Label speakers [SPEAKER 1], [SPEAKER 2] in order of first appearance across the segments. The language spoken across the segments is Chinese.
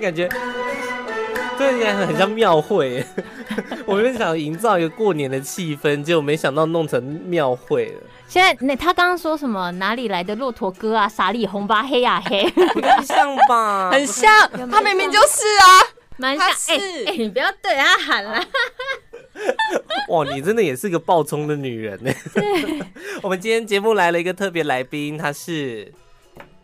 [SPEAKER 1] 感觉，对呀，很像庙会 耶。我们想营造一个过年的气氛，结果没想到弄成庙会了。
[SPEAKER 2] 现在那他刚刚说什么？哪里来的骆驼哥啊？傻里红吧黑呀、 黑，
[SPEAKER 1] 不太像吧？
[SPEAKER 3] 很像，他明明就是啊，
[SPEAKER 2] 蛮像。
[SPEAKER 3] 他
[SPEAKER 2] 哎
[SPEAKER 3] 是
[SPEAKER 2] 哎、你不要对他喊 啦。
[SPEAKER 1] 哇，你真的也是个暴冲的女人呢。我们今天节目来了一个特别来宾，她是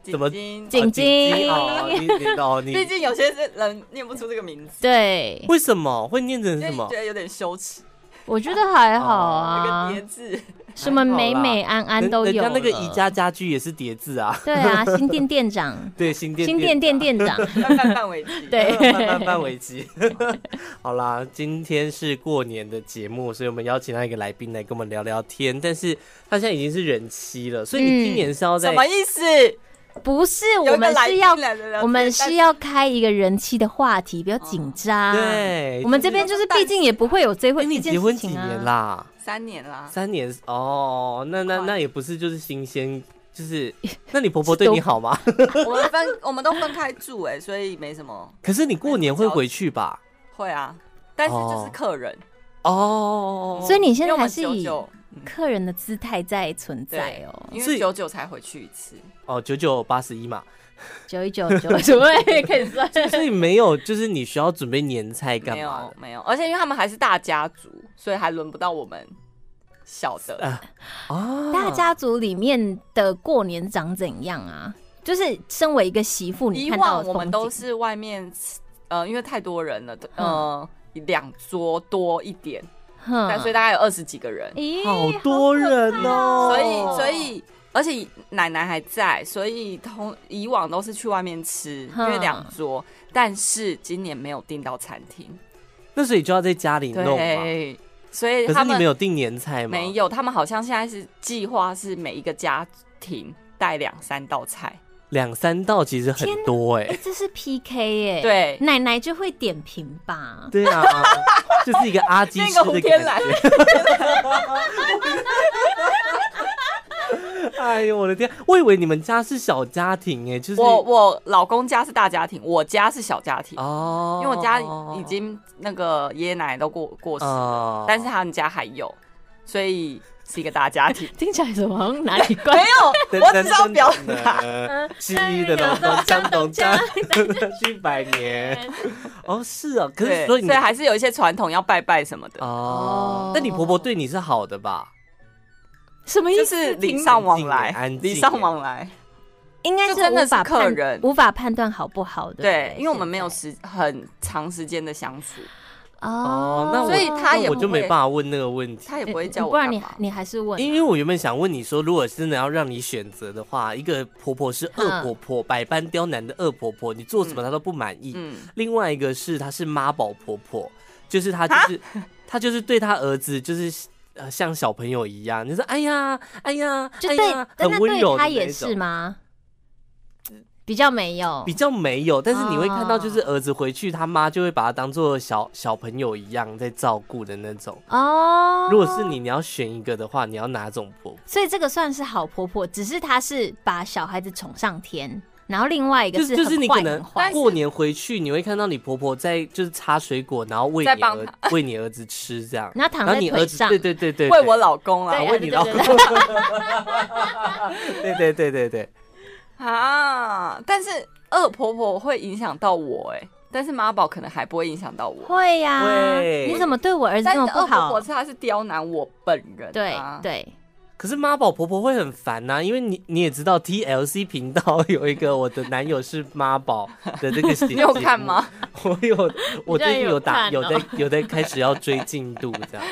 [SPEAKER 1] 怎么
[SPEAKER 3] 晶晶
[SPEAKER 2] 晶
[SPEAKER 1] 哦晶
[SPEAKER 2] 晶
[SPEAKER 1] 哦，你你哦
[SPEAKER 3] 毕
[SPEAKER 1] 你
[SPEAKER 3] 竟有些人念不出这个名字，
[SPEAKER 2] 对，
[SPEAKER 1] 为什么会念成
[SPEAKER 3] 因
[SPEAKER 1] 什
[SPEAKER 3] 为
[SPEAKER 1] 么
[SPEAKER 3] 觉？得有点羞耻，
[SPEAKER 2] 我觉得还好
[SPEAKER 3] 哦那
[SPEAKER 2] 啊
[SPEAKER 3] 个，叠字。
[SPEAKER 2] 什么美美安安
[SPEAKER 1] 人
[SPEAKER 2] 都
[SPEAKER 1] 人
[SPEAKER 2] 有
[SPEAKER 1] 家
[SPEAKER 2] 了。
[SPEAKER 1] 那个宜家家居也是叠字啊，，
[SPEAKER 2] 对啊，新店店长
[SPEAKER 1] 对，新店
[SPEAKER 2] 新店店店长，
[SPEAKER 3] 半半半为基，
[SPEAKER 2] 对
[SPEAKER 1] 慢慢办危 机。好啦，今天是过年的节目，所以我们邀请到一个来宾来跟我们聊聊天。但是他现在已经是人妻了，所以你今年是要在、
[SPEAKER 3] 什么意思？
[SPEAKER 2] 不是
[SPEAKER 3] 有
[SPEAKER 2] 我
[SPEAKER 3] 一个
[SPEAKER 2] 们
[SPEAKER 3] 来
[SPEAKER 2] 是
[SPEAKER 3] 宾
[SPEAKER 2] 要
[SPEAKER 3] 来了
[SPEAKER 2] 我们是要开一个人气的话题，不要紧张。
[SPEAKER 1] 对
[SPEAKER 3] 哦
[SPEAKER 2] 我们这边就是毕竟也不会有这
[SPEAKER 1] 哎
[SPEAKER 2] 会
[SPEAKER 1] 你
[SPEAKER 2] 这件
[SPEAKER 1] 结婚
[SPEAKER 2] 事
[SPEAKER 1] 几
[SPEAKER 2] 情
[SPEAKER 1] 年
[SPEAKER 2] 啊。
[SPEAKER 1] 啦？
[SPEAKER 3] 三年啦，
[SPEAKER 1] 三年哦，那那
[SPEAKER 3] 快
[SPEAKER 1] 那也不是就是新鲜，就是那你婆婆对你好 吗？
[SPEAKER 3] 我们分 我们都分开住哎，所以没什么
[SPEAKER 1] 可是你过年会回去吧？
[SPEAKER 3] 会啊，但是就是客人，
[SPEAKER 1] 哦，
[SPEAKER 2] 所以你现
[SPEAKER 3] 因
[SPEAKER 2] 在
[SPEAKER 3] 为我
[SPEAKER 2] 还
[SPEAKER 3] 们嗯
[SPEAKER 2] 是
[SPEAKER 3] 久
[SPEAKER 2] 以
[SPEAKER 3] 久，
[SPEAKER 2] 客人的姿态在存在
[SPEAKER 3] 对
[SPEAKER 2] 哦，
[SPEAKER 3] 因
[SPEAKER 1] 所
[SPEAKER 3] 为
[SPEAKER 1] 以
[SPEAKER 3] 久久才回去一次，
[SPEAKER 1] 哦九九八十一嘛，
[SPEAKER 2] 九一九 九什 么也可以算。
[SPEAKER 1] 所以没有就是你需要准备年菜干
[SPEAKER 3] 没
[SPEAKER 1] 嘛
[SPEAKER 3] 有没有，而且因为他们还是大家族，所以还轮不到我们小的。
[SPEAKER 1] 的啊？
[SPEAKER 2] 大家族里面的过年长怎样啊？就是身为一个媳妇，你
[SPEAKER 3] 以
[SPEAKER 2] 看到
[SPEAKER 3] 往
[SPEAKER 2] 的
[SPEAKER 3] 我们
[SPEAKER 2] 风景
[SPEAKER 3] 都
[SPEAKER 2] 嗯
[SPEAKER 3] 是外面吃，呃，因为太多人了，呃，两桌多一点，
[SPEAKER 2] 哼
[SPEAKER 3] 但所以大概有二十几个人，
[SPEAKER 2] 咦
[SPEAKER 1] 好多人哦，
[SPEAKER 3] 所以所以而且奶奶还在，所以通以往都是去外面吃，因
[SPEAKER 2] 哼
[SPEAKER 3] 为两桌，但是今年没有订到餐厅，
[SPEAKER 1] 那所以就要在家里弄嘛。
[SPEAKER 3] 对，所以
[SPEAKER 1] 可
[SPEAKER 3] 他
[SPEAKER 1] 是你
[SPEAKER 3] 们
[SPEAKER 1] 们有订年菜吗？
[SPEAKER 3] 没有，他们好像现在是计划是每一个家庭带两三道菜，
[SPEAKER 1] 两三道其实很多哎、
[SPEAKER 2] 哎，这是 PK 耶。，
[SPEAKER 3] 对，
[SPEAKER 2] 奶奶就会点评吧。。
[SPEAKER 1] 对啊，就是一个阿基
[SPEAKER 3] 那
[SPEAKER 1] 师
[SPEAKER 3] 个胡
[SPEAKER 1] 的
[SPEAKER 3] 天来
[SPEAKER 1] 感。觉。哎呦我的天，我以为你们家是小家庭哎、就是
[SPEAKER 3] 我我老公家是大家庭，我家是小家庭，
[SPEAKER 1] 哦，
[SPEAKER 3] 因为我家已经那个爷爷奶奶都过过世，
[SPEAKER 1] 哦
[SPEAKER 3] 但是他们家还有，所以是一个大家庭
[SPEAKER 2] 听起来怎么好像哪里
[SPEAKER 3] 没
[SPEAKER 2] 怪？
[SPEAKER 3] 有，我只是要表 达。
[SPEAKER 1] 达西的咚咚锵咚锵，七百年。 哦，是啊，可
[SPEAKER 3] 对，
[SPEAKER 1] 是
[SPEAKER 3] 所
[SPEAKER 1] 所以
[SPEAKER 3] 以
[SPEAKER 1] 你
[SPEAKER 3] 还是有一些传统要拜拜什么的，
[SPEAKER 1] 哦，那你婆婆对你是好的吧？
[SPEAKER 2] 什么意
[SPEAKER 3] 就
[SPEAKER 2] 思？
[SPEAKER 3] 是礼
[SPEAKER 2] 听
[SPEAKER 3] 尚往
[SPEAKER 1] 安
[SPEAKER 3] 来
[SPEAKER 1] 静，
[SPEAKER 3] 礼尚往来。
[SPEAKER 2] 应该
[SPEAKER 3] 就是真的
[SPEAKER 2] 无法
[SPEAKER 3] 是客
[SPEAKER 2] 判
[SPEAKER 3] 人
[SPEAKER 2] 无法判断好不好的。
[SPEAKER 3] 对，因为我们
[SPEAKER 2] 现
[SPEAKER 3] 没有
[SPEAKER 2] 在
[SPEAKER 3] 时很长时间的相处，
[SPEAKER 2] 哦
[SPEAKER 1] 哦，那我
[SPEAKER 3] 所以他也
[SPEAKER 1] 我
[SPEAKER 3] 不
[SPEAKER 1] 就没
[SPEAKER 3] 会
[SPEAKER 1] 办法问那个问题。
[SPEAKER 3] 他也不会叫我
[SPEAKER 2] 不然
[SPEAKER 3] 干
[SPEAKER 2] 你
[SPEAKER 3] 嘛
[SPEAKER 2] 你还是问啊
[SPEAKER 1] 因为我原本想问你说，如果真的要让你选择的话，一个婆婆是恶婆婆，百般刁难的恶婆婆，你做什么她都不满意；
[SPEAKER 3] 嗯，
[SPEAKER 1] 另外一个是她是妈宝婆婆，就是她就是她就是对她儿子就是。呃，像小朋友一样，你说哎呀，哎呀，
[SPEAKER 2] 就
[SPEAKER 1] 哎
[SPEAKER 2] 对，
[SPEAKER 1] 呀
[SPEAKER 2] 但
[SPEAKER 1] 很
[SPEAKER 2] 那
[SPEAKER 1] 温柔
[SPEAKER 2] 对
[SPEAKER 1] 的
[SPEAKER 2] 他
[SPEAKER 1] 那
[SPEAKER 2] 也
[SPEAKER 1] 一种嗯
[SPEAKER 2] 是吗？比较没有
[SPEAKER 1] 比，较没有，但是你会看到，
[SPEAKER 2] 啊
[SPEAKER 1] 就是儿子回去，他妈就会把他当做小小朋友一样在照顾的那种。
[SPEAKER 2] 哦。
[SPEAKER 1] 如果是，你，你要选一个的话，你要哪种婆婆？
[SPEAKER 2] 所以这个算是好婆婆，只是她是把小孩子宠上天，然后另外一个
[SPEAKER 1] 就是就是
[SPEAKER 2] 很
[SPEAKER 1] 你可
[SPEAKER 2] 坏
[SPEAKER 1] 能
[SPEAKER 2] 很坏。
[SPEAKER 1] 过年回去，你会看到你婆婆在就是擦水果，然后喂
[SPEAKER 3] 在
[SPEAKER 1] 你
[SPEAKER 3] 帮
[SPEAKER 1] 儿 喂你儿子吃这样，
[SPEAKER 2] 然后躺
[SPEAKER 1] 然后
[SPEAKER 2] 在
[SPEAKER 1] 你
[SPEAKER 2] 腿
[SPEAKER 1] 儿子
[SPEAKER 2] 上
[SPEAKER 1] 对对对对，
[SPEAKER 3] 为
[SPEAKER 1] 对
[SPEAKER 3] 我老公啦
[SPEAKER 1] 啊
[SPEAKER 2] 对
[SPEAKER 1] 喂你老公
[SPEAKER 2] 对，
[SPEAKER 1] 对对对对对，
[SPEAKER 3] 啊！但是恶婆婆会影响到我哎，但是妈宝可能还不会影响到我。
[SPEAKER 2] 会呀、
[SPEAKER 1] 会
[SPEAKER 2] 你怎么对我儿子
[SPEAKER 3] 但
[SPEAKER 2] 这
[SPEAKER 3] 是
[SPEAKER 2] 么
[SPEAKER 3] 恶
[SPEAKER 2] 不
[SPEAKER 3] 婆
[SPEAKER 2] 好
[SPEAKER 3] 婆？是她是刁难我本人、
[SPEAKER 2] 对
[SPEAKER 3] 啊，
[SPEAKER 2] 对，
[SPEAKER 1] 可是妈宝婆婆会很烦呐、因为你你也知道 TLC 频道有一个我的男友是妈宝的 这个节目，
[SPEAKER 3] 你有看吗？
[SPEAKER 1] 我有，我
[SPEAKER 2] 居然
[SPEAKER 1] 最近
[SPEAKER 2] 有
[SPEAKER 1] 有打
[SPEAKER 2] 看
[SPEAKER 1] 有
[SPEAKER 2] 哦
[SPEAKER 1] 在有在开始要追进度这 样。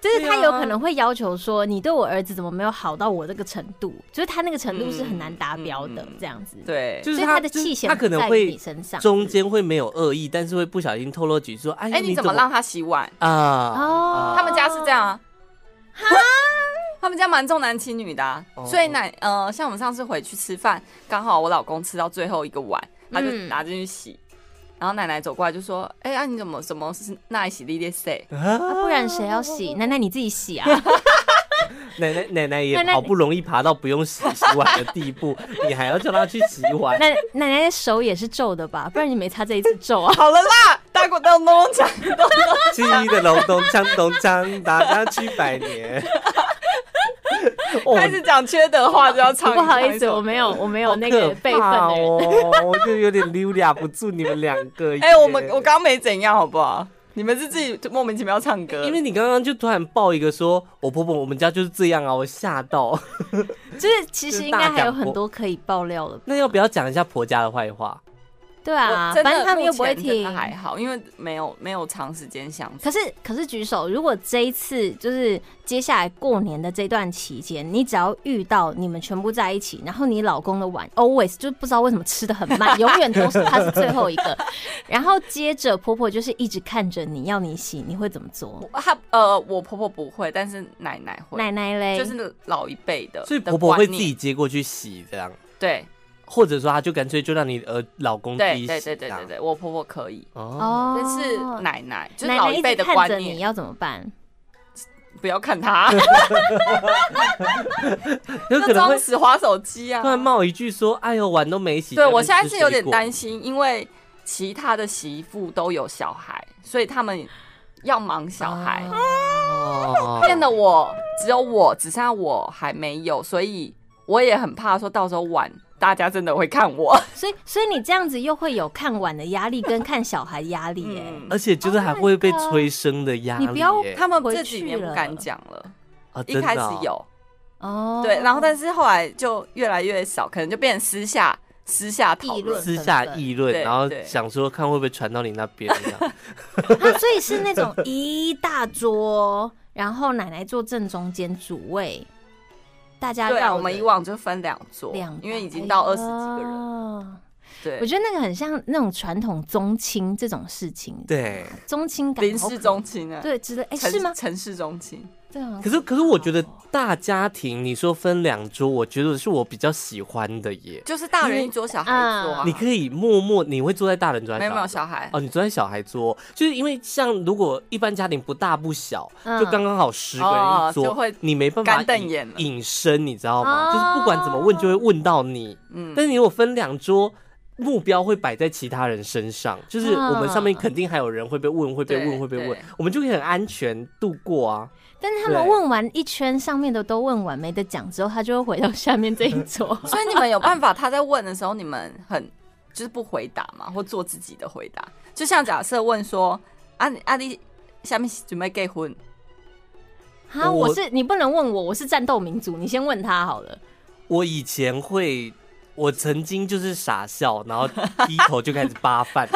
[SPEAKER 2] 就是
[SPEAKER 3] 对
[SPEAKER 2] 他有
[SPEAKER 3] 啊
[SPEAKER 2] 可能会要求说，你对我儿子怎么没有好到我这个程度？就是他那个程度是很难达标的
[SPEAKER 3] 嗯嗯，嗯
[SPEAKER 2] 这样子。，
[SPEAKER 3] 对，
[SPEAKER 1] 就是
[SPEAKER 2] 所以
[SPEAKER 1] 他
[SPEAKER 2] 他的
[SPEAKER 1] 就是
[SPEAKER 2] 气血
[SPEAKER 1] 他可
[SPEAKER 2] 不
[SPEAKER 1] 能
[SPEAKER 2] 在于
[SPEAKER 1] 会
[SPEAKER 2] 你身上
[SPEAKER 1] 中间会没有恶意，但是会不小心透露几句说，哎
[SPEAKER 3] 哎、
[SPEAKER 1] 呀，
[SPEAKER 3] 你怎
[SPEAKER 1] 怎
[SPEAKER 3] 么让她洗碗？
[SPEAKER 1] 啊？
[SPEAKER 2] 哦，
[SPEAKER 3] 他们家是这样啊， 他们家蛮重男轻女的、啊，
[SPEAKER 1] 哦
[SPEAKER 3] 所以奶呃，像我们上次回去吃饭，刚好我老公吃到最后一个碗，他就
[SPEAKER 2] 嗯
[SPEAKER 3] 拿进去洗。然后奶奶走过来就说：“哎、呀、你怎么什么是那洗哩哩 say？？
[SPEAKER 1] 啊
[SPEAKER 2] 啊不然谁要洗？奶奶你自己洗啊！
[SPEAKER 1] 奶奶奶奶也
[SPEAKER 2] 奶奶
[SPEAKER 1] 好不容易爬到不用洗洗碗的地步，你还要叫她去洗碗，
[SPEAKER 2] 奶奶奶的手也是皱的吧？不然你没擦这一次皱啊
[SPEAKER 3] 好了啦，打滚到弄讲，
[SPEAKER 1] 记忆的隆咚锵咚锵，打家去百 年。哦
[SPEAKER 3] 开始讲缺德话就要唱。
[SPEAKER 2] 不好意
[SPEAKER 3] 唱一
[SPEAKER 2] 思，
[SPEAKER 3] 首
[SPEAKER 2] 我没有，我没有
[SPEAKER 1] 好
[SPEAKER 2] 那个
[SPEAKER 1] 可
[SPEAKER 2] 备份
[SPEAKER 1] 怕
[SPEAKER 2] 的 人。
[SPEAKER 1] 哦，我就有点溜达不住你们两个耶。
[SPEAKER 3] 哎、我们我刚没怎样，好不好？你们是自己莫名其妙唱歌，
[SPEAKER 1] 因为你刚刚就突然爆一个说，我婆婆我们家就是这样啊，我吓到。
[SPEAKER 2] 就是其实应该还有很多可以爆料的，
[SPEAKER 1] 那要不要讲一下婆家的坏话？
[SPEAKER 2] 对
[SPEAKER 3] 我
[SPEAKER 2] 啊，
[SPEAKER 3] 真的
[SPEAKER 2] 反正他们又
[SPEAKER 3] 目前
[SPEAKER 2] 不会
[SPEAKER 3] 真
[SPEAKER 2] 听
[SPEAKER 3] 的。还好，因为没有没有长时间相处。
[SPEAKER 2] 可是可是举手，如果这一次就是接下来过年的这段期间，你只要遇到你们全部在一起，然后你老公的碗 always 就不知道为什么吃的很慢，永远都是他是最后一个， 然后接着婆婆就是一直看着你要你洗，你会怎么做？
[SPEAKER 3] 她呃，我婆婆不会，但是奶奶会，
[SPEAKER 2] 奶奶嘞，
[SPEAKER 3] 就是老一辈的，
[SPEAKER 1] 所以
[SPEAKER 3] 的
[SPEAKER 1] 婆婆会
[SPEAKER 3] 观
[SPEAKER 1] 自
[SPEAKER 3] 念
[SPEAKER 1] 己接过去洗这样，
[SPEAKER 3] 对
[SPEAKER 1] 或者说她就干脆就让你呃老公自己
[SPEAKER 3] 对
[SPEAKER 1] 洗
[SPEAKER 3] 对对
[SPEAKER 1] 这
[SPEAKER 3] 对
[SPEAKER 1] 样
[SPEAKER 3] 对对，我婆婆可以，
[SPEAKER 1] 哦，
[SPEAKER 2] 哦，
[SPEAKER 3] 但是奶奶就是
[SPEAKER 2] 奶
[SPEAKER 3] 老
[SPEAKER 2] 奶
[SPEAKER 3] 一
[SPEAKER 2] 一
[SPEAKER 3] 辈
[SPEAKER 2] 直
[SPEAKER 3] 的
[SPEAKER 2] 看
[SPEAKER 3] 观
[SPEAKER 2] 着
[SPEAKER 3] 念
[SPEAKER 2] 你，啊要怎么办？
[SPEAKER 3] 不要 看她，
[SPEAKER 1] 有可能
[SPEAKER 3] 就
[SPEAKER 1] 会
[SPEAKER 3] 装死划手机啊
[SPEAKER 1] 突。然冒一句说：“哎呦，碗都没洗。”
[SPEAKER 3] 对我现在是有点担
[SPEAKER 1] 心。
[SPEAKER 3] 心，因为其他的媳妇都有小孩，所以他们要忙小孩，
[SPEAKER 2] 哦
[SPEAKER 1] 哦，
[SPEAKER 3] 变得我只有我，只剩下我还没有，所以我也很怕说到时候晚大家真的会看我。
[SPEAKER 2] 所以所以你这样子又会有看碗的压力跟看小孩压力耶、
[SPEAKER 3] 嗯
[SPEAKER 1] 而且就是还会被催生的压力耶。
[SPEAKER 2] 你
[SPEAKER 3] 哦
[SPEAKER 2] 不要
[SPEAKER 3] 他们
[SPEAKER 2] 回
[SPEAKER 3] 这几
[SPEAKER 2] 去
[SPEAKER 3] 年不
[SPEAKER 2] 了
[SPEAKER 3] 敢讲了，
[SPEAKER 1] 啊，
[SPEAKER 3] 一
[SPEAKER 1] 真的
[SPEAKER 3] 开始
[SPEAKER 1] 哦
[SPEAKER 3] 有
[SPEAKER 2] 哦，
[SPEAKER 3] 对，然后但是后来就越来越少，可能就变成私下私下讨
[SPEAKER 2] 议论
[SPEAKER 3] 论。
[SPEAKER 1] 私下议论，
[SPEAKER 3] 对
[SPEAKER 1] 然后
[SPEAKER 3] 对
[SPEAKER 1] 想说看会不会传到你那边这 样。
[SPEAKER 2] 啊，所以是那种一大桌，然后奶奶坐正中间主位，大家
[SPEAKER 3] 对啊，
[SPEAKER 2] 绕
[SPEAKER 3] 我们
[SPEAKER 2] 着
[SPEAKER 3] 以往就分两哎桌，
[SPEAKER 2] 两
[SPEAKER 3] 因为已经到二十几个人。
[SPEAKER 2] 人。我
[SPEAKER 3] 对，
[SPEAKER 2] 觉得那个很像那种传统宗亲这种事情，
[SPEAKER 1] 对，
[SPEAKER 2] 宗亲感
[SPEAKER 3] 临
[SPEAKER 2] 好
[SPEAKER 3] 时
[SPEAKER 2] 可
[SPEAKER 3] 中心啊，
[SPEAKER 2] 对，值得哎、
[SPEAKER 3] 城
[SPEAKER 2] 是吗？
[SPEAKER 3] 城市中心，
[SPEAKER 2] 对啊，
[SPEAKER 1] 可是可是我觉得大家庭，你说分两桌，我觉得是我比较喜欢的耶。
[SPEAKER 3] 就是大人一桌，小孩一桌啊。
[SPEAKER 2] 嗯
[SPEAKER 1] 你可以默默，你会坐在大人桌还
[SPEAKER 3] 没
[SPEAKER 1] 是
[SPEAKER 3] 有没有
[SPEAKER 1] 小孩
[SPEAKER 3] 小孩
[SPEAKER 1] 桌？哦，你坐在小孩桌，就是因为像如果一般家庭不大不小，
[SPEAKER 2] 嗯
[SPEAKER 1] 就刚刚好十个人一
[SPEAKER 3] 哦就
[SPEAKER 1] 桌
[SPEAKER 3] 会，
[SPEAKER 1] 你没办法
[SPEAKER 3] 干瞪
[SPEAKER 1] 隐
[SPEAKER 3] 眼了
[SPEAKER 1] 隐身，你知道吗？
[SPEAKER 2] 哦
[SPEAKER 1] 就是不管怎么问就会问到你，
[SPEAKER 3] 嗯，
[SPEAKER 1] 但是你如果分两桌。目标会摆在其他人身上，就是我们上面
[SPEAKER 2] 嗯
[SPEAKER 1] 肯定还有人会被问，会被
[SPEAKER 3] 对
[SPEAKER 1] 问，会被问
[SPEAKER 3] 嗯对，
[SPEAKER 1] 我们就可以很安全度过啊。
[SPEAKER 2] 但是他们
[SPEAKER 1] 对
[SPEAKER 2] 问完一圈上面的都问完，没得讲之后，他就会回到下面这一 桌。
[SPEAKER 3] 所以你们有办法，他在问的时候，你们很就是不回答嘛，或做自己的回答。就像假设问说，啊你啊你下面准备结婚，
[SPEAKER 2] 啊，
[SPEAKER 1] 我
[SPEAKER 2] 我是你不能问我，我是战斗民族，你先问他好了。
[SPEAKER 1] 我以前会，我曾经就是傻笑，然后低头就开始扒 饭。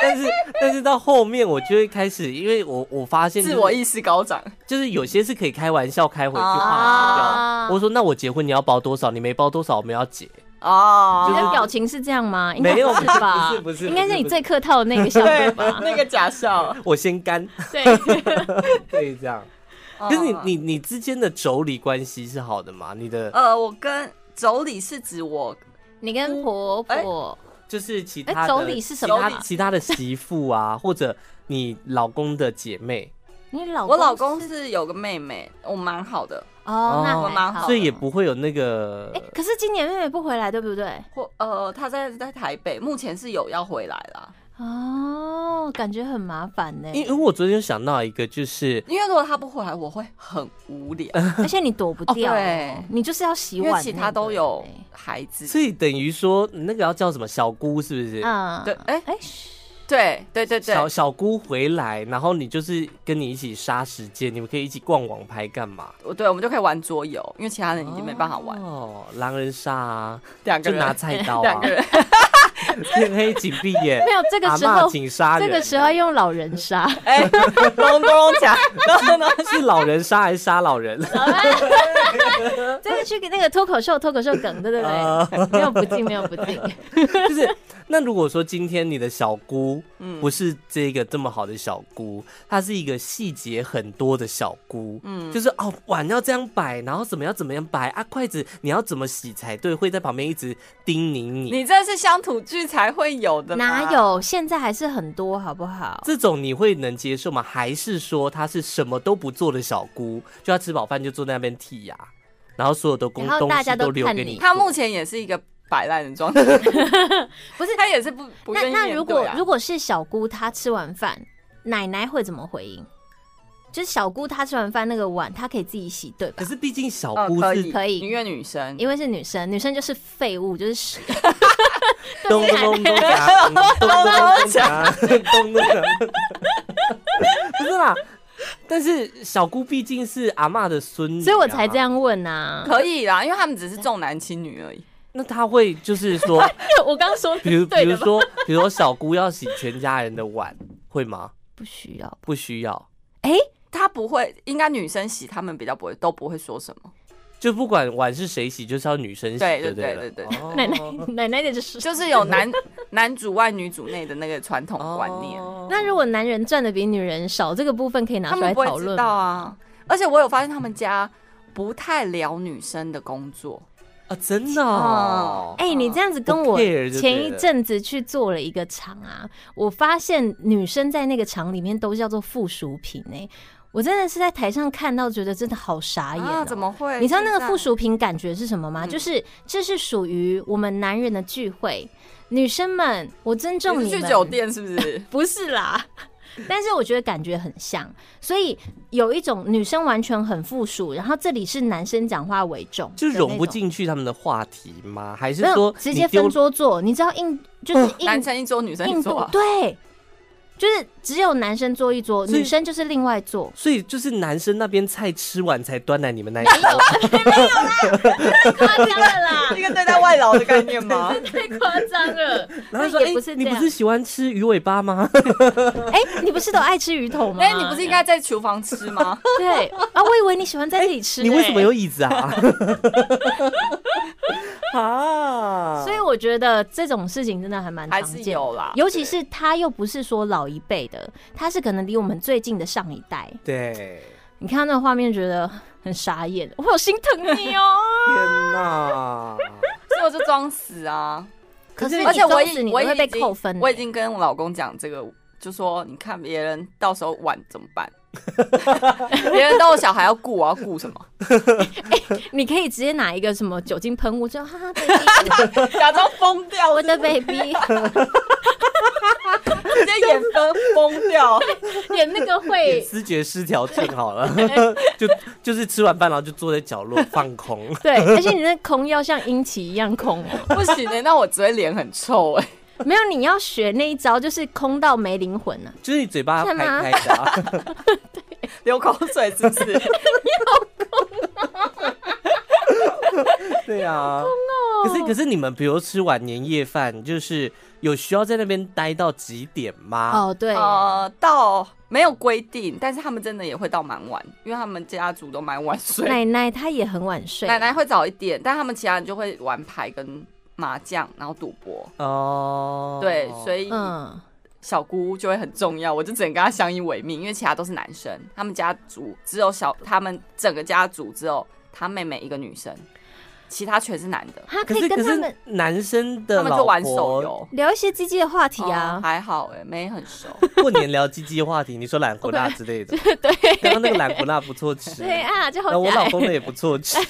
[SPEAKER 1] 但是，但是到后面我就会开始，因为我我发现、就是、
[SPEAKER 3] 自我意识高涨，
[SPEAKER 1] 就是有些是可以开玩笑开回去话
[SPEAKER 3] 哦
[SPEAKER 1] 题掉。
[SPEAKER 2] 啊
[SPEAKER 1] 我说那我结婚你要包多少？你没包多少，我们要结。
[SPEAKER 2] 你
[SPEAKER 1] 就是
[SPEAKER 3] 哦，
[SPEAKER 2] 的表情是这样吗？应该
[SPEAKER 1] 没有
[SPEAKER 2] 不是吧？
[SPEAKER 1] 不是不是不是
[SPEAKER 2] 应该是你最客套的那个笑对吧？
[SPEAKER 3] 那个假笑，
[SPEAKER 1] 我先干，
[SPEAKER 2] 对，
[SPEAKER 1] 对，这样。可
[SPEAKER 3] 可
[SPEAKER 1] 是你你你之间的妯娌关系是好的吗？你的
[SPEAKER 3] 哦呃，我跟妯娌是指我
[SPEAKER 2] 你跟婆婆，
[SPEAKER 1] 就是其
[SPEAKER 2] 哎，
[SPEAKER 1] 他的
[SPEAKER 2] 妯娌是
[SPEAKER 1] 其
[SPEAKER 2] 什
[SPEAKER 1] 他
[SPEAKER 2] 么？
[SPEAKER 1] 其他的媳妇啊， 或者你老公的姐妹，
[SPEAKER 2] 你老
[SPEAKER 3] 我老公是有个妹妹，我蛮好的，
[SPEAKER 2] 哦，那
[SPEAKER 1] 哦
[SPEAKER 2] 还
[SPEAKER 3] 蛮好
[SPEAKER 2] 好。
[SPEAKER 1] 所以也不会有那个
[SPEAKER 2] 哎，可是今年妹妹不回来，对不对？
[SPEAKER 3] 或呃，她在在台北，目前是有要回来啦。
[SPEAKER 2] 哦，感觉很麻烦呢，
[SPEAKER 1] 因因为我昨天想到一个，就是
[SPEAKER 3] 因为如果她不回来，我会很无聊，
[SPEAKER 2] 而且你躲不掉
[SPEAKER 3] 哦对，
[SPEAKER 2] 你就是要洗
[SPEAKER 3] 因
[SPEAKER 2] 碗那
[SPEAKER 3] 为
[SPEAKER 2] 个。
[SPEAKER 3] 其他都有孩子。
[SPEAKER 1] 所以等于说那个要叫什么小姑是不是？
[SPEAKER 2] 嗯，
[SPEAKER 3] 对，哎、
[SPEAKER 2] 哎，
[SPEAKER 3] 对对对对，
[SPEAKER 1] 小小姑回来，然后你就是跟你一起杀时间，你们可以一起逛网拍干嘛？
[SPEAKER 3] 我对我们就可以玩桌游，因为其他人已经嗯没办法玩，
[SPEAKER 1] 哦，狼人杀啊，
[SPEAKER 3] 两个
[SPEAKER 1] 就
[SPEAKER 3] 人
[SPEAKER 1] 拿菜刀
[SPEAKER 3] 两
[SPEAKER 1] 啊
[SPEAKER 3] 个，人，
[SPEAKER 1] 天黑请闭 眼
[SPEAKER 2] 没，有这个
[SPEAKER 1] 阿
[SPEAKER 2] 时
[SPEAKER 1] 嬷
[SPEAKER 2] 候，
[SPEAKER 1] 请杀
[SPEAKER 2] 这
[SPEAKER 1] 人。
[SPEAKER 2] 个时候用老 人杀，
[SPEAKER 3] 哎，咚咚咚锵，咚咚咚，
[SPEAKER 1] 是老人杀还是杀老 人？
[SPEAKER 2] 这个去给那个脱口秀脱口秀梗，对对
[SPEAKER 1] 啊
[SPEAKER 2] 对，没有不敬，没有 不敬。
[SPEAKER 1] 就是那如果说今天你的小姑
[SPEAKER 3] 嗯
[SPEAKER 1] 不是这个这么好的小姑，她是一个细节很多的小姑，嗯，就是哦碗要这样摆，然后怎么样怎么样摆啊，筷子你要怎么洗才对，会在旁边一直叮咛你。
[SPEAKER 3] 你这是乡土剧才会有的，
[SPEAKER 1] 啊
[SPEAKER 2] 哪？有？现在还是很多，好不好？
[SPEAKER 1] 这种你会能接受吗？还是说她是什么都不做的小姑，就她吃饱饭就坐在那边剔牙，然后所有的工
[SPEAKER 2] 然后
[SPEAKER 1] 东
[SPEAKER 2] 大
[SPEAKER 1] 西
[SPEAKER 2] 家
[SPEAKER 1] 都
[SPEAKER 2] 都
[SPEAKER 1] 留
[SPEAKER 2] 看
[SPEAKER 1] 给
[SPEAKER 2] 你
[SPEAKER 1] 你做？
[SPEAKER 3] 他目前也是一个摆烂的状态，
[SPEAKER 2] 不是
[SPEAKER 3] 他也是不不
[SPEAKER 2] 那
[SPEAKER 3] 愿意
[SPEAKER 2] 那如
[SPEAKER 3] 面
[SPEAKER 2] 果
[SPEAKER 3] 对啊
[SPEAKER 2] 如果是小姑她吃完饭，奶奶会怎么回应？就是小姑她吃完饭那个碗，她可以自己洗，对吧
[SPEAKER 1] 可？是毕竟小
[SPEAKER 3] 哦
[SPEAKER 1] 姑
[SPEAKER 3] 可
[SPEAKER 1] 是
[SPEAKER 3] 以
[SPEAKER 2] 可以
[SPEAKER 3] 因为女生，
[SPEAKER 2] 因为是女生，女生就是废物，就是 屎。
[SPEAKER 1] 咚咚咚咚锵，咚咚
[SPEAKER 2] 啊
[SPEAKER 1] 咚锵，咚咚锵。不是啦，但是小姑毕竟是阿嬷的孙女、 啊
[SPEAKER 2] 所以我才这。样问啊呐、
[SPEAKER 3] 可以啦，因为他们只是重男轻女而已。
[SPEAKER 1] 那她会就是说，
[SPEAKER 2] 我刚说
[SPEAKER 1] 比如比
[SPEAKER 2] 对
[SPEAKER 1] 如
[SPEAKER 2] 的吧？
[SPEAKER 1] 说，比如说小姑要洗全家人的碗，会吗？
[SPEAKER 2] 不需要。
[SPEAKER 1] 不需要，
[SPEAKER 2] 哎、
[SPEAKER 3] 他不会，应该女生洗，他们比较不会，都不会说什么。
[SPEAKER 1] 就不管碗是谁洗，就是要女生洗，
[SPEAKER 3] 对
[SPEAKER 1] 对
[SPEAKER 3] 对对
[SPEAKER 1] 了
[SPEAKER 3] 对对
[SPEAKER 1] 哦
[SPEAKER 2] 奶奶奶奶的就是
[SPEAKER 3] 就是有 男男主外女主内的那个传统观念，
[SPEAKER 1] 哦
[SPEAKER 2] 那如果男人赚的比女人少，这个部分可以拿
[SPEAKER 3] 他
[SPEAKER 2] 出
[SPEAKER 3] 们
[SPEAKER 2] 来
[SPEAKER 3] 不
[SPEAKER 2] 讨
[SPEAKER 3] 会知
[SPEAKER 2] 论
[SPEAKER 3] 道
[SPEAKER 2] 吗。
[SPEAKER 3] 啊。而且我有发现他们家不太聊女生的工作，
[SPEAKER 1] 啊，真的、哦，
[SPEAKER 2] 哎、你这样子跟
[SPEAKER 1] 不
[SPEAKER 2] 我
[SPEAKER 1] care 就对
[SPEAKER 2] 前一
[SPEAKER 1] 了
[SPEAKER 2] 阵子去做了一个厂啊，我发现女生在那个厂里面都叫做附属品哎、我真的是在台上看到，觉得真的好傻眼、哦
[SPEAKER 3] 啊，怎么会？
[SPEAKER 2] 你知道那个附
[SPEAKER 3] 现
[SPEAKER 2] 属品感觉是什么吗？
[SPEAKER 3] 嗯
[SPEAKER 2] 就是这是属于我们男人的聚会，女生们，我尊
[SPEAKER 3] 在
[SPEAKER 2] 重
[SPEAKER 3] 你
[SPEAKER 2] 你
[SPEAKER 3] 是
[SPEAKER 2] 们。？
[SPEAKER 3] 去酒店是不是
[SPEAKER 2] 不是啦， 但是我觉得感觉很像，所以有一种女生完全很附属，然后这里是男生讲话为重，
[SPEAKER 1] 就融不。进去他们的话题吗？还是
[SPEAKER 2] 没有
[SPEAKER 1] 说
[SPEAKER 2] 直
[SPEAKER 1] 你
[SPEAKER 2] 接
[SPEAKER 1] 丢哦
[SPEAKER 2] 分桌坐，你知道印就是印
[SPEAKER 3] 男生一桌，女生一
[SPEAKER 2] 印
[SPEAKER 3] 桌、
[SPEAKER 2] 度
[SPEAKER 3] 啊，
[SPEAKER 2] 对，就是只有男生坐一桌，
[SPEAKER 1] 所以
[SPEAKER 2] 女生就是另外 坐。
[SPEAKER 1] 所以就是男生那边菜吃完才端来你们那一
[SPEAKER 2] 没有啦，没有啦，太夸张了啦，
[SPEAKER 3] 一个对待外劳的概念吗？
[SPEAKER 2] 太夸张了。
[SPEAKER 1] 然后说：“哎、
[SPEAKER 2] 也不是这
[SPEAKER 1] 你不
[SPEAKER 2] 样
[SPEAKER 1] 是喜欢吃鱼尾巴吗？
[SPEAKER 2] 哎、你不是都爱吃鱼 头吗？
[SPEAKER 3] 哎、你不是应该在厨房吃 吗？
[SPEAKER 2] 对啊？我以为你喜欢在这里 吃、
[SPEAKER 1] 你为什么
[SPEAKER 2] 哎
[SPEAKER 1] 有椅子 啊？”啊！
[SPEAKER 2] 所以我觉得这种事情真的还蛮常
[SPEAKER 3] 嗯还
[SPEAKER 2] 见
[SPEAKER 3] 是
[SPEAKER 2] 的
[SPEAKER 3] 有啦，
[SPEAKER 2] 尤其是他又不是说老一辈的，他是可能离我们最近的上一代。
[SPEAKER 1] 对，
[SPEAKER 2] 你看到那个画面，觉得很傻眼，我好心疼你哦。
[SPEAKER 1] 天哪！
[SPEAKER 3] 所以我就装 死啊。
[SPEAKER 2] 可是
[SPEAKER 3] 而且我
[SPEAKER 2] 你装死
[SPEAKER 3] 已
[SPEAKER 2] 你
[SPEAKER 3] 我
[SPEAKER 2] 会
[SPEAKER 3] 已
[SPEAKER 2] 被
[SPEAKER 3] 经
[SPEAKER 2] 扣分的，欸
[SPEAKER 3] 我已经跟我老公讲这个，就说你看别人到时候晚怎么 办？别人都有小孩要顾，我要顾什么？
[SPEAKER 2] 你可以直接拿一个什么酒精喷雾，就哈哈 baby，
[SPEAKER 3] 假装疯掉，
[SPEAKER 2] 我
[SPEAKER 3] 我
[SPEAKER 2] 的 baby，
[SPEAKER 3] 直接眼分疯掉。
[SPEAKER 2] 演那个 会，
[SPEAKER 1] 思觉失调症好 了，
[SPEAKER 2] 哎
[SPEAKER 1] 就就是吃完饭然后就坐在角落放 空。
[SPEAKER 2] 对，而且你那空要像英奇一样空哦，
[SPEAKER 3] 不行的、那我只会脸很臭哎、
[SPEAKER 2] 没有，你要学那一招，就是空到没灵魂啊。
[SPEAKER 1] 就是你嘴巴
[SPEAKER 2] 干嘛
[SPEAKER 1] 开开的、 啊，
[SPEAKER 3] 流口水是不 是？
[SPEAKER 1] 对啊。
[SPEAKER 2] 哦
[SPEAKER 1] 可是可是你们比如吃完年夜饭，就是有需要在那边待到几点吗？
[SPEAKER 2] 哦，对，
[SPEAKER 3] 呃，到没有规定，但是他们真的也会到蛮晚，因为他们家族都蛮晚睡。
[SPEAKER 2] 奶奶她也很晚睡，
[SPEAKER 3] 奶奶会早一点，但他们其他人就会玩牌跟麻将，然后赌博。
[SPEAKER 1] 哦，
[SPEAKER 3] 对，所以
[SPEAKER 2] 嗯，
[SPEAKER 3] 小姑就会很重要，我就只能跟她相依为命，因为其他都是男生，他们家族只有小，他们整个家族只有她妹妹一个女生，其他全是男的。
[SPEAKER 2] 她
[SPEAKER 1] 可
[SPEAKER 2] 可
[SPEAKER 1] 是
[SPEAKER 2] 以
[SPEAKER 1] 可
[SPEAKER 2] 跟他
[SPEAKER 1] 是
[SPEAKER 2] 们
[SPEAKER 1] 男生的
[SPEAKER 3] 他们就
[SPEAKER 1] 老
[SPEAKER 3] 玩手
[SPEAKER 1] 婆
[SPEAKER 3] 游，
[SPEAKER 2] 聊一些鸡鸡的话题
[SPEAKER 3] 哦
[SPEAKER 2] 啊。
[SPEAKER 3] 还好哎、没很熟。
[SPEAKER 1] 过年聊鸡鸡话题，你说懒胡 辣之类的，
[SPEAKER 2] 对
[SPEAKER 1] 刚刚那个懒胡辣不错吃，
[SPEAKER 2] 对
[SPEAKER 1] 然
[SPEAKER 2] 啊，就好
[SPEAKER 1] 后我
[SPEAKER 2] 假
[SPEAKER 1] 老
[SPEAKER 2] 欸
[SPEAKER 1] 公的也不错 吃，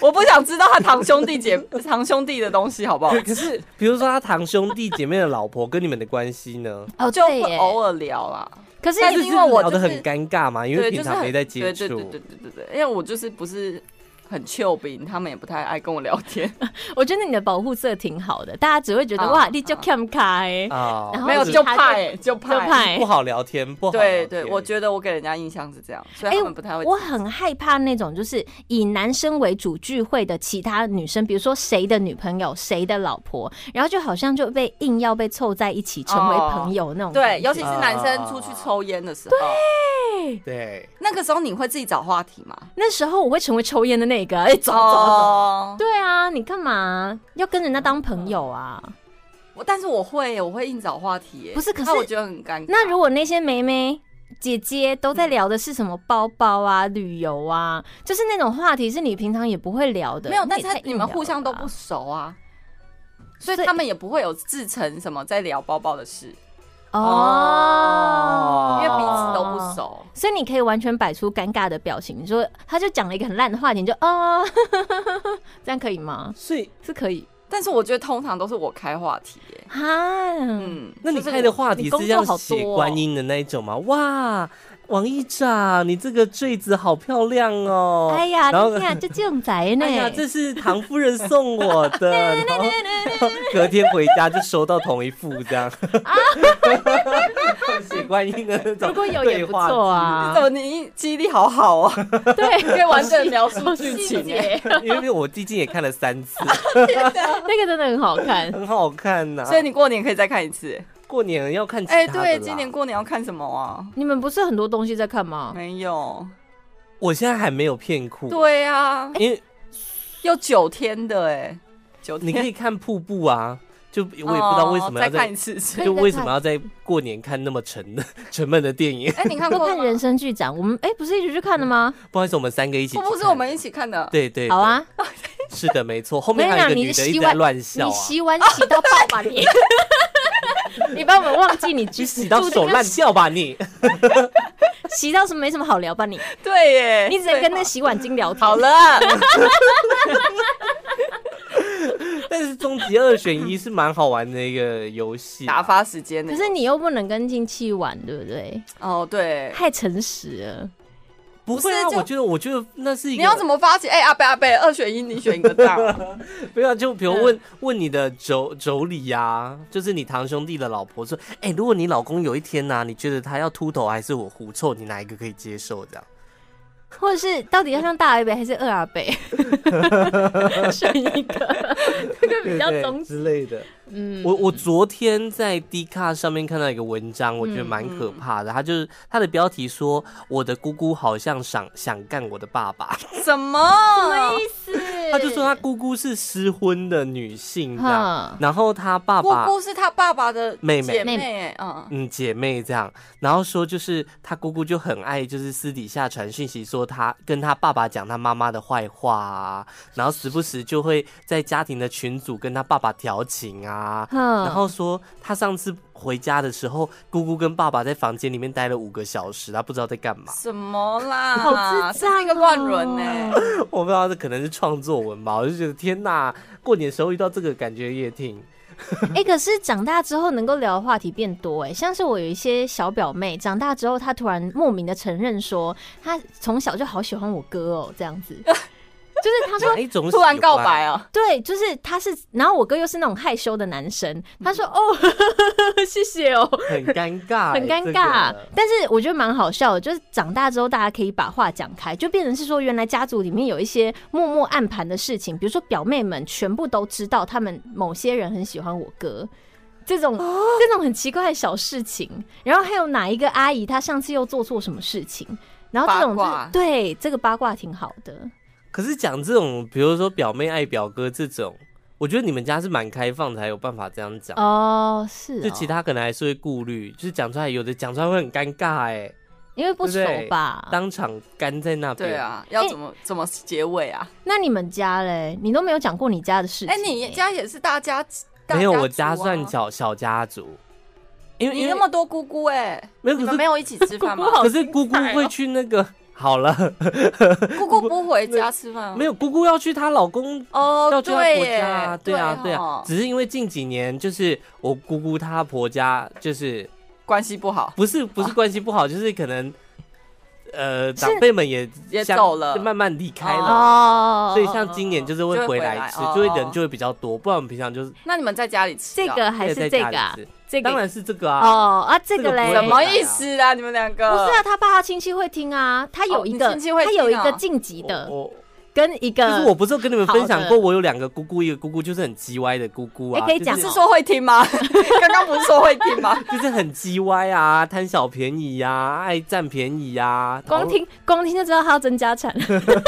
[SPEAKER 3] 我不想知道他堂兄弟姐堂兄弟的东西好不好？
[SPEAKER 1] 可是比如说他堂兄弟姐妹的老婆跟你们的关系呢，
[SPEAKER 2] 哦，
[SPEAKER 3] 就
[SPEAKER 2] 对
[SPEAKER 3] 会
[SPEAKER 2] 耶，
[SPEAKER 3] 偶尔聊啦，
[SPEAKER 2] 可是
[SPEAKER 3] 但
[SPEAKER 2] 你
[SPEAKER 3] 是因为我
[SPEAKER 1] 聊
[SPEAKER 3] 就
[SPEAKER 1] 得
[SPEAKER 3] 是
[SPEAKER 1] 很尴尬嘛，因为
[SPEAKER 3] 对，
[SPEAKER 1] 平
[SPEAKER 3] 就是
[SPEAKER 1] 常
[SPEAKER 3] 很
[SPEAKER 1] 没在接
[SPEAKER 3] 对对
[SPEAKER 1] 触
[SPEAKER 3] 对对，对对对，因为我就是不是很俏兵，他们也不太爱跟我聊天。
[SPEAKER 2] 我觉得你的保护色挺好的，大家只会觉得
[SPEAKER 3] 啊
[SPEAKER 2] 哇，你就
[SPEAKER 3] 啊
[SPEAKER 2] cam 卡哎，
[SPEAKER 1] 啊
[SPEAKER 2] 然后
[SPEAKER 3] 没有
[SPEAKER 2] 其
[SPEAKER 3] 就
[SPEAKER 2] 他
[SPEAKER 3] 怕哎、就怕
[SPEAKER 2] 就
[SPEAKER 3] 欸
[SPEAKER 2] 怕欸
[SPEAKER 1] 不好聊天，不好聊
[SPEAKER 3] 对
[SPEAKER 1] 天
[SPEAKER 3] 对，我觉得我给人家印象是这样，所以
[SPEAKER 2] 哎
[SPEAKER 3] 他们不太会。
[SPEAKER 2] 我很害怕那种就是以男生为主聚会的其他女生，比如说谁的女朋友、谁的老婆，然后就好像就被硬要被凑在一起成为朋友那种
[SPEAKER 3] 哦对，
[SPEAKER 2] 感觉、
[SPEAKER 3] 尤其是男生出去抽烟的时候，
[SPEAKER 1] 对，
[SPEAKER 3] 那个时候你会自己找话题吗？
[SPEAKER 2] 那时候我会成为抽烟的那个，哎、走走走。
[SPEAKER 3] 哦，
[SPEAKER 2] 对啊，你干嘛要跟人家当朋友啊？
[SPEAKER 3] 我但是我会，我会硬找话题耶，
[SPEAKER 2] 不是可是
[SPEAKER 3] 那我觉得很尴尬。
[SPEAKER 2] 那如果那些妹妹姐姐都在聊的是什么包包啊、旅游啊，就是那种话题是你平常也不会聊的。
[SPEAKER 3] 没有，
[SPEAKER 2] 那
[SPEAKER 3] 但
[SPEAKER 2] 也
[SPEAKER 3] 是
[SPEAKER 2] 太
[SPEAKER 3] 你
[SPEAKER 2] 硬
[SPEAKER 3] 们
[SPEAKER 2] 聊
[SPEAKER 3] 互
[SPEAKER 2] 了
[SPEAKER 3] 相都
[SPEAKER 2] 吧
[SPEAKER 3] 不熟啊，所以
[SPEAKER 2] 所以
[SPEAKER 3] 他们也不会有自成什么在聊包包的事，
[SPEAKER 2] 哦
[SPEAKER 3] 因，为彼此都
[SPEAKER 2] 哦
[SPEAKER 3] 不。熟。
[SPEAKER 2] 所以你可以完全摆出尴尬的表情，你说他就讲了一个很烂的话题，你就啊， 这样可以吗？
[SPEAKER 1] 所以
[SPEAKER 2] 是可以
[SPEAKER 3] 但是我觉得通常都是我开话题耶、
[SPEAKER 2] 啊，
[SPEAKER 3] 嗯，
[SPEAKER 1] 那你
[SPEAKER 3] 就是
[SPEAKER 1] 开的
[SPEAKER 3] 我
[SPEAKER 1] 话
[SPEAKER 2] 你
[SPEAKER 1] 题
[SPEAKER 2] 工
[SPEAKER 1] 是
[SPEAKER 2] 作
[SPEAKER 1] 像
[SPEAKER 2] 好
[SPEAKER 1] 写
[SPEAKER 2] 多哦
[SPEAKER 1] 观音的那一种吗？哇，王一炸，你这个坠子好漂亮哦！
[SPEAKER 2] 哎呀，
[SPEAKER 1] 然后
[SPEAKER 2] 你。看这这种宅呢
[SPEAKER 1] 哎，呀，这是唐夫人送我的，然后隔天回家就收到同一副这样， 写观音的那种
[SPEAKER 2] 如果有
[SPEAKER 1] 对
[SPEAKER 2] 也不
[SPEAKER 1] 话
[SPEAKER 2] 错
[SPEAKER 3] 你
[SPEAKER 2] 啊
[SPEAKER 3] 怎，么哦你记忆力好好 哦，
[SPEAKER 2] 对，
[SPEAKER 3] 可以完整地描述
[SPEAKER 2] 好
[SPEAKER 3] 剧
[SPEAKER 2] 细
[SPEAKER 3] 情耶、
[SPEAKER 2] 节
[SPEAKER 1] 因为我最近也看了三次，
[SPEAKER 2] 那个真的很好看。
[SPEAKER 1] 很好看呐、
[SPEAKER 3] 所以你过年可以再看一次。
[SPEAKER 1] 过年要看其他
[SPEAKER 3] 哎、
[SPEAKER 1] 的啦
[SPEAKER 3] 对，今年过年要看什么啊？
[SPEAKER 2] 你们不是很多东西在看吗？
[SPEAKER 3] 没有。
[SPEAKER 1] 我哎现在还没有片库，，
[SPEAKER 3] 对啊，
[SPEAKER 1] 因为
[SPEAKER 3] 有九天的哎、九
[SPEAKER 1] 你
[SPEAKER 3] 天。
[SPEAKER 1] 可以看瀑布啊，就我也不知道为什么
[SPEAKER 3] 哦
[SPEAKER 1] 要
[SPEAKER 3] 再看
[SPEAKER 1] 在
[SPEAKER 3] 一，次。
[SPEAKER 2] 可以
[SPEAKER 1] 就
[SPEAKER 2] 再
[SPEAKER 1] 为什么
[SPEAKER 2] 看
[SPEAKER 1] 要在过年看那么沉的沉闷的电影？
[SPEAKER 3] 哎、你看
[SPEAKER 2] 都
[SPEAKER 3] 过
[SPEAKER 2] 看
[SPEAKER 3] 吗
[SPEAKER 2] 人生剧展，我们哎、不是一起去看的吗？
[SPEAKER 1] 不好意思，我们三个一起去
[SPEAKER 3] 瀑
[SPEAKER 1] 看，
[SPEAKER 3] 布是我们一起看的，
[SPEAKER 1] 对对，
[SPEAKER 2] 好啊，
[SPEAKER 1] 对，是的，没错，后面
[SPEAKER 2] 我跟
[SPEAKER 1] 还
[SPEAKER 2] 你
[SPEAKER 1] 有一个
[SPEAKER 2] 讲你
[SPEAKER 1] 女的
[SPEAKER 2] 洗
[SPEAKER 1] 一直在
[SPEAKER 2] 碗
[SPEAKER 1] 乱笑
[SPEAKER 2] 你
[SPEAKER 1] 啊，
[SPEAKER 2] 洗碗洗到爆吧你！ 你把我们忘记你去
[SPEAKER 1] 你洗到手烂，掉吧你，
[SPEAKER 2] 洗到什么没什么好聊吧你？
[SPEAKER 3] 对耶，
[SPEAKER 2] 你只能跟那
[SPEAKER 3] 哎对
[SPEAKER 2] 洗碗精聊天。
[SPEAKER 3] 好了，
[SPEAKER 1] 但是终极二选一是蛮好玩的一个游戏啊，
[SPEAKER 3] 打发时间的。
[SPEAKER 2] 可是你又不能跟亲戚玩，对不对？
[SPEAKER 3] 哦，对，
[SPEAKER 2] 太诚实了。
[SPEAKER 1] 不会啊，
[SPEAKER 3] 不
[SPEAKER 1] 我
[SPEAKER 3] 是就
[SPEAKER 1] 觉得我觉得那是一
[SPEAKER 3] 你
[SPEAKER 1] 个
[SPEAKER 3] 要怎么发起？哎、阿贝阿贝，二选一，你选一 个大。
[SPEAKER 1] 不要，啊就比如
[SPEAKER 3] 嗯
[SPEAKER 1] 问、问你的妯妯娌呀，啊就是你堂兄弟的老婆说，哎、如果你老公有一天啊呐、你觉得他要秃头还是我狐臭，你哪一个可以接受？这样，
[SPEAKER 2] 或者是到底要上大阿北还是二阿北？选一个，这个比较
[SPEAKER 1] 对对
[SPEAKER 2] 中
[SPEAKER 1] 之类的。
[SPEAKER 2] 嗯，
[SPEAKER 1] 我我昨天在 d 卡上面看到一个文章，我觉得
[SPEAKER 3] 嗯
[SPEAKER 1] 蛮可怕的。他就是他的标题说，我的姑姑好像想想干我的爸爸。
[SPEAKER 3] 什么？
[SPEAKER 2] 意思。
[SPEAKER 1] 他就说他姑姑是失婚的女性这
[SPEAKER 2] 哼
[SPEAKER 1] 样，然后他爸
[SPEAKER 3] 姑
[SPEAKER 1] 爸
[SPEAKER 3] 姑是他爸爸的
[SPEAKER 1] 妹妹
[SPEAKER 3] 姐妹哎，嗯，
[SPEAKER 1] 嗯姐妹这样，然后说就是她姑姑就很爱，就是私底下传讯息说她跟她爸爸讲她妈妈的坏话啊，然后时不时就会在家庭的群组跟她爸爸调情啊。
[SPEAKER 2] 哼
[SPEAKER 1] 然后说，她上次回家的时候，姑姑跟爸爸在房间里面待了五个小时，她不知道在干嘛。
[SPEAKER 3] 什么啦？
[SPEAKER 2] 好智
[SPEAKER 3] 这是
[SPEAKER 2] 障
[SPEAKER 3] 一个乱伦
[SPEAKER 2] 哦
[SPEAKER 3] 呢。
[SPEAKER 1] 我不知道这可能是创作文吧，我就觉得天哪，过年时候遇到这个感觉也挺……
[SPEAKER 2] 哎、可是长大之后能够聊的话题变多哎、像是我有一些小表妹，长大之后她突然莫名的承认说，她从小就好喜欢我哥哦、这样子，就是她说。
[SPEAKER 1] 哪一种
[SPEAKER 3] 突然
[SPEAKER 1] 喜
[SPEAKER 3] 告
[SPEAKER 1] 欢
[SPEAKER 3] 白啊！
[SPEAKER 2] 对，就是她是，然后我哥又是那种害羞的男生，他说哦， 谢谢哦，
[SPEAKER 1] 很尴尬欸、
[SPEAKER 2] 很尴
[SPEAKER 1] 这个
[SPEAKER 2] 尬，但是我觉得蛮好笑的，就是长大之后大家可以把话讲开，就变成是说原来家族里面有一些默默暗盘的事情，比如说表妹们全部都知道他们某些人很喜欢我哥。这种
[SPEAKER 1] 哦
[SPEAKER 2] 这种很奇怪的小事情，然后还有哪一个阿姨她上次又做错什么事情，然后这种
[SPEAKER 3] 八卦
[SPEAKER 2] 是对这个八卦挺好的，
[SPEAKER 1] 可是讲这种，比如说表妹爱表哥这种，我觉得你们家是蛮开放才有办法这样讲。
[SPEAKER 2] 哦，是哦
[SPEAKER 1] 就其他可能还是会顾虑，就是讲出来，有的讲出来会很尴尬哎，
[SPEAKER 2] 因为不熟
[SPEAKER 1] 对不对
[SPEAKER 2] 吧？
[SPEAKER 1] 当场干在那边。
[SPEAKER 3] 对，啊，要怎么
[SPEAKER 2] 哎
[SPEAKER 3] 怎么结尾啊？
[SPEAKER 2] 那你们家嘞，你都没有讲过你家的事情、欸
[SPEAKER 3] 哎，你家也是大家
[SPEAKER 1] 没有我
[SPEAKER 3] 家
[SPEAKER 1] 家
[SPEAKER 3] 族啊
[SPEAKER 1] 算小小家族，因为
[SPEAKER 3] 你
[SPEAKER 1] 因
[SPEAKER 3] 那
[SPEAKER 1] 为
[SPEAKER 3] 么多姑姑哎，
[SPEAKER 1] 没有
[SPEAKER 3] 你
[SPEAKER 1] 可
[SPEAKER 3] 们没
[SPEAKER 1] 是
[SPEAKER 3] 有一啊起吃饭吗？
[SPEAKER 1] 可是 姑姑会去那个 好了，
[SPEAKER 3] 姑姑不回家吃饭 吗
[SPEAKER 1] 没有姑姑要去她老公
[SPEAKER 3] 哦，
[SPEAKER 1] 要去她
[SPEAKER 3] 对
[SPEAKER 1] 婆
[SPEAKER 3] 耶
[SPEAKER 1] 家啊，，对啊对啊
[SPEAKER 3] 哦，
[SPEAKER 1] 只是因为近几年就是我姑姑她婆家就是
[SPEAKER 3] 关系不好，
[SPEAKER 1] 不是不
[SPEAKER 2] 啊
[SPEAKER 1] 是关系不好，就是可能呃长辈们也
[SPEAKER 3] 也
[SPEAKER 1] 相
[SPEAKER 3] 走了
[SPEAKER 1] 就慢慢离开了。
[SPEAKER 2] 哦，
[SPEAKER 1] 所以像今年就是
[SPEAKER 3] 就
[SPEAKER 1] 会
[SPEAKER 3] 会
[SPEAKER 1] 回
[SPEAKER 3] 回
[SPEAKER 1] 来
[SPEAKER 3] 来
[SPEAKER 1] 吃
[SPEAKER 3] 哦，
[SPEAKER 1] 就会人就会比较多，不然我们平常就是
[SPEAKER 3] 那你们在家里吃
[SPEAKER 2] 这
[SPEAKER 3] 啊
[SPEAKER 2] 个哦还是
[SPEAKER 1] 在
[SPEAKER 2] 这
[SPEAKER 1] 家
[SPEAKER 2] 个啊
[SPEAKER 1] 里，吃。
[SPEAKER 2] 这个
[SPEAKER 1] 当然是这个啊，
[SPEAKER 2] 哦啊，这个嘞，
[SPEAKER 1] 这个
[SPEAKER 3] 什
[SPEAKER 1] 不会
[SPEAKER 3] 么意思
[SPEAKER 1] 哎
[SPEAKER 3] 啊？你们两
[SPEAKER 2] 不
[SPEAKER 3] 个
[SPEAKER 2] 是啊，他爸他亲戚会听啊，他有
[SPEAKER 3] 哦
[SPEAKER 2] 一
[SPEAKER 3] 你
[SPEAKER 2] 个，
[SPEAKER 3] 亲戚会
[SPEAKER 2] 他
[SPEAKER 3] 听
[SPEAKER 2] 有一
[SPEAKER 3] 啊
[SPEAKER 2] 个晋级的，
[SPEAKER 1] 我
[SPEAKER 2] 跟一
[SPEAKER 1] 哦就是
[SPEAKER 2] 个
[SPEAKER 1] 我，不是有跟你们分享
[SPEAKER 2] 好
[SPEAKER 1] 过，
[SPEAKER 2] 的
[SPEAKER 1] 我有两个姑姑，一个姑姑就是很叽歪的姑姑啊，
[SPEAKER 2] 哎可以讲
[SPEAKER 1] 就是
[SPEAKER 3] 说会听吗？ 刚刚不是说会听吗？
[SPEAKER 1] 就是很叽歪啊，贪小便宜呀、啊，爱占便宜呀、啊，
[SPEAKER 2] 光听光听就知道他要增加产，
[SPEAKER 1] 对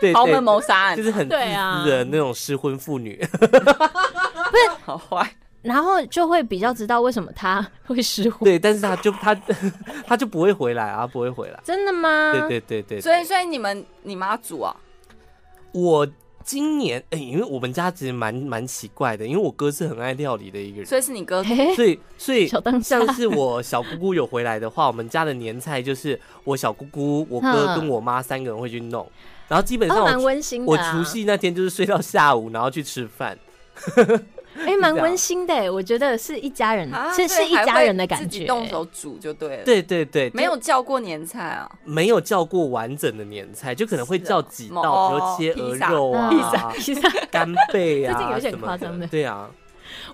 [SPEAKER 1] 对
[SPEAKER 3] 豪门谋杀案
[SPEAKER 1] 就是很自
[SPEAKER 2] 对啊
[SPEAKER 1] 私的那种失婚妇女，
[SPEAKER 3] 好坏，
[SPEAKER 2] 然后就会比较知道为什么他会失火。
[SPEAKER 1] 对，但是他就 他他就不会回来啊，不会回来。
[SPEAKER 2] 真的吗？
[SPEAKER 1] 对对对对，
[SPEAKER 3] 所以
[SPEAKER 1] 对
[SPEAKER 3] 所以你们你妈煮啊，
[SPEAKER 1] 我今年哎、因为我们家其实蛮蛮奇怪的，因为我哥是很爱料理的一个人，
[SPEAKER 3] 所以是你哥
[SPEAKER 2] 嘿，
[SPEAKER 1] 所以所以
[SPEAKER 2] 小当家
[SPEAKER 1] 像是我小姑姑有回来的话，我们家的年菜就是我小姑姑、我哥
[SPEAKER 2] 嗯
[SPEAKER 1] 跟我妈三个人会去弄，然后基本上
[SPEAKER 2] 哦，
[SPEAKER 1] 我
[SPEAKER 2] 蛮
[SPEAKER 1] 除、
[SPEAKER 2] 温馨的、
[SPEAKER 1] 我
[SPEAKER 2] 啊。
[SPEAKER 1] 除夕那天就是睡到下午，然后去吃饭。
[SPEAKER 2] 哎，蛮温馨的哎，我觉得是一家人，
[SPEAKER 3] 啊，
[SPEAKER 2] 是
[SPEAKER 3] 所
[SPEAKER 2] 是
[SPEAKER 3] 以
[SPEAKER 2] 一
[SPEAKER 3] 还
[SPEAKER 2] 家
[SPEAKER 3] 会
[SPEAKER 2] 人的感
[SPEAKER 3] 自己
[SPEAKER 2] 觉。哦
[SPEAKER 3] 动手煮就对了，，
[SPEAKER 1] 对对对，
[SPEAKER 3] 没有叫过年菜啊。
[SPEAKER 1] 没有叫过完整的年菜，就可能会
[SPEAKER 3] 是哦
[SPEAKER 1] 叫几道，
[SPEAKER 3] 哦
[SPEAKER 1] 比如切鹅
[SPEAKER 3] 披萨
[SPEAKER 1] 肉
[SPEAKER 2] 披萨
[SPEAKER 1] 啊、
[SPEAKER 2] 披萨，
[SPEAKER 1] 干贝啊，
[SPEAKER 2] 最近有点
[SPEAKER 1] 什么
[SPEAKER 2] 夸张的
[SPEAKER 1] 对啊，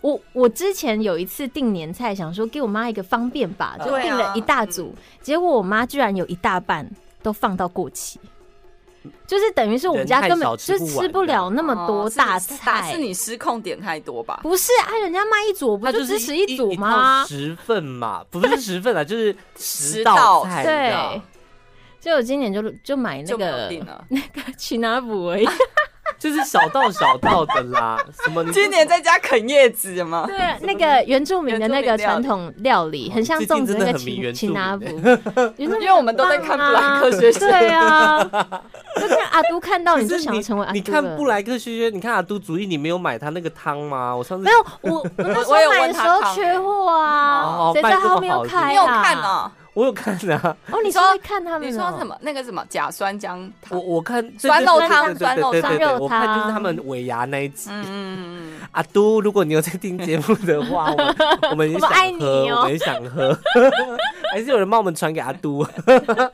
[SPEAKER 2] 我我之前有一次订年菜，想说给我妈一个方便吧，就
[SPEAKER 3] 对啊
[SPEAKER 2] 订了一大组，结果我妈居然有一大半都放到过期，就是等于是我们家
[SPEAKER 1] 人太
[SPEAKER 2] 根本
[SPEAKER 1] 少
[SPEAKER 2] 就
[SPEAKER 1] 吃
[SPEAKER 2] 是
[SPEAKER 1] 不
[SPEAKER 2] 吃不
[SPEAKER 1] 完
[SPEAKER 2] 了那么多
[SPEAKER 3] 哦是
[SPEAKER 2] 大
[SPEAKER 3] 是打
[SPEAKER 2] 菜。
[SPEAKER 3] 是你失控点太多吧？
[SPEAKER 2] 不是啊，人家卖一组，我不
[SPEAKER 1] 它就是
[SPEAKER 2] 支持一组
[SPEAKER 1] 一
[SPEAKER 2] 吗
[SPEAKER 1] 套？十份嘛，不是十份啊，就是
[SPEAKER 3] 十
[SPEAKER 1] 十
[SPEAKER 3] 道
[SPEAKER 1] 道菜，你知道
[SPEAKER 2] 对，所以我今年就就买那
[SPEAKER 3] 就没有
[SPEAKER 2] 个
[SPEAKER 3] 定 了。
[SPEAKER 2] 去拿补而已。
[SPEAKER 1] 就是小道小道的啦。什么？
[SPEAKER 3] 今年在家啃叶子有吗？
[SPEAKER 2] 对，那个原住民的那个
[SPEAKER 3] 原住民料理
[SPEAKER 2] 传统料理，很像粽子那
[SPEAKER 1] 最近真的
[SPEAKER 2] 个
[SPEAKER 1] 很迷
[SPEAKER 2] 奇
[SPEAKER 1] 原住
[SPEAKER 2] 奇
[SPEAKER 1] 民
[SPEAKER 2] 拿补。因
[SPEAKER 3] 因为我们都在看布莱克 学生
[SPEAKER 2] 啊对 啊，就是阿都看到你就
[SPEAKER 1] 可是
[SPEAKER 2] 想要成为阿都
[SPEAKER 1] 你看布
[SPEAKER 2] 了
[SPEAKER 1] 莱克薛薛，你看阿都主义，你没有买他那个汤吗？我上次
[SPEAKER 2] 没有我，我 那时候
[SPEAKER 3] 我有问
[SPEAKER 2] 买的时
[SPEAKER 3] 他
[SPEAKER 2] 候
[SPEAKER 3] 糖
[SPEAKER 2] 缺货啊，
[SPEAKER 1] 哦
[SPEAKER 2] 谁知
[SPEAKER 1] 卖
[SPEAKER 2] 道
[SPEAKER 1] 这么
[SPEAKER 2] 他没有
[SPEAKER 1] 好
[SPEAKER 2] 开啊？
[SPEAKER 3] 你有看？哦？
[SPEAKER 1] 我有看啊，
[SPEAKER 2] 哦，你是
[SPEAKER 3] 你说
[SPEAKER 2] 会看他们？哦
[SPEAKER 3] 你说什？么？那个什么甲酸浆
[SPEAKER 1] 我
[SPEAKER 3] 糖？
[SPEAKER 1] 我看
[SPEAKER 3] 酸肉汤
[SPEAKER 1] 对对对
[SPEAKER 3] 酸肉
[SPEAKER 1] 对对
[SPEAKER 3] 汤
[SPEAKER 1] 对对
[SPEAKER 2] 酸肉
[SPEAKER 1] 我看就是他
[SPEAKER 2] 汤
[SPEAKER 1] 们尾牙那一集。
[SPEAKER 3] 嗯嗯嗯嗯，
[SPEAKER 1] 阿都，如果你有在听节目的话，我们我们 也想
[SPEAKER 2] 我们爱你
[SPEAKER 1] 喝，
[SPEAKER 2] 哦
[SPEAKER 1] 我们也想喝， 还是有人帮我们传给阿 都。
[SPEAKER 2] 没有，他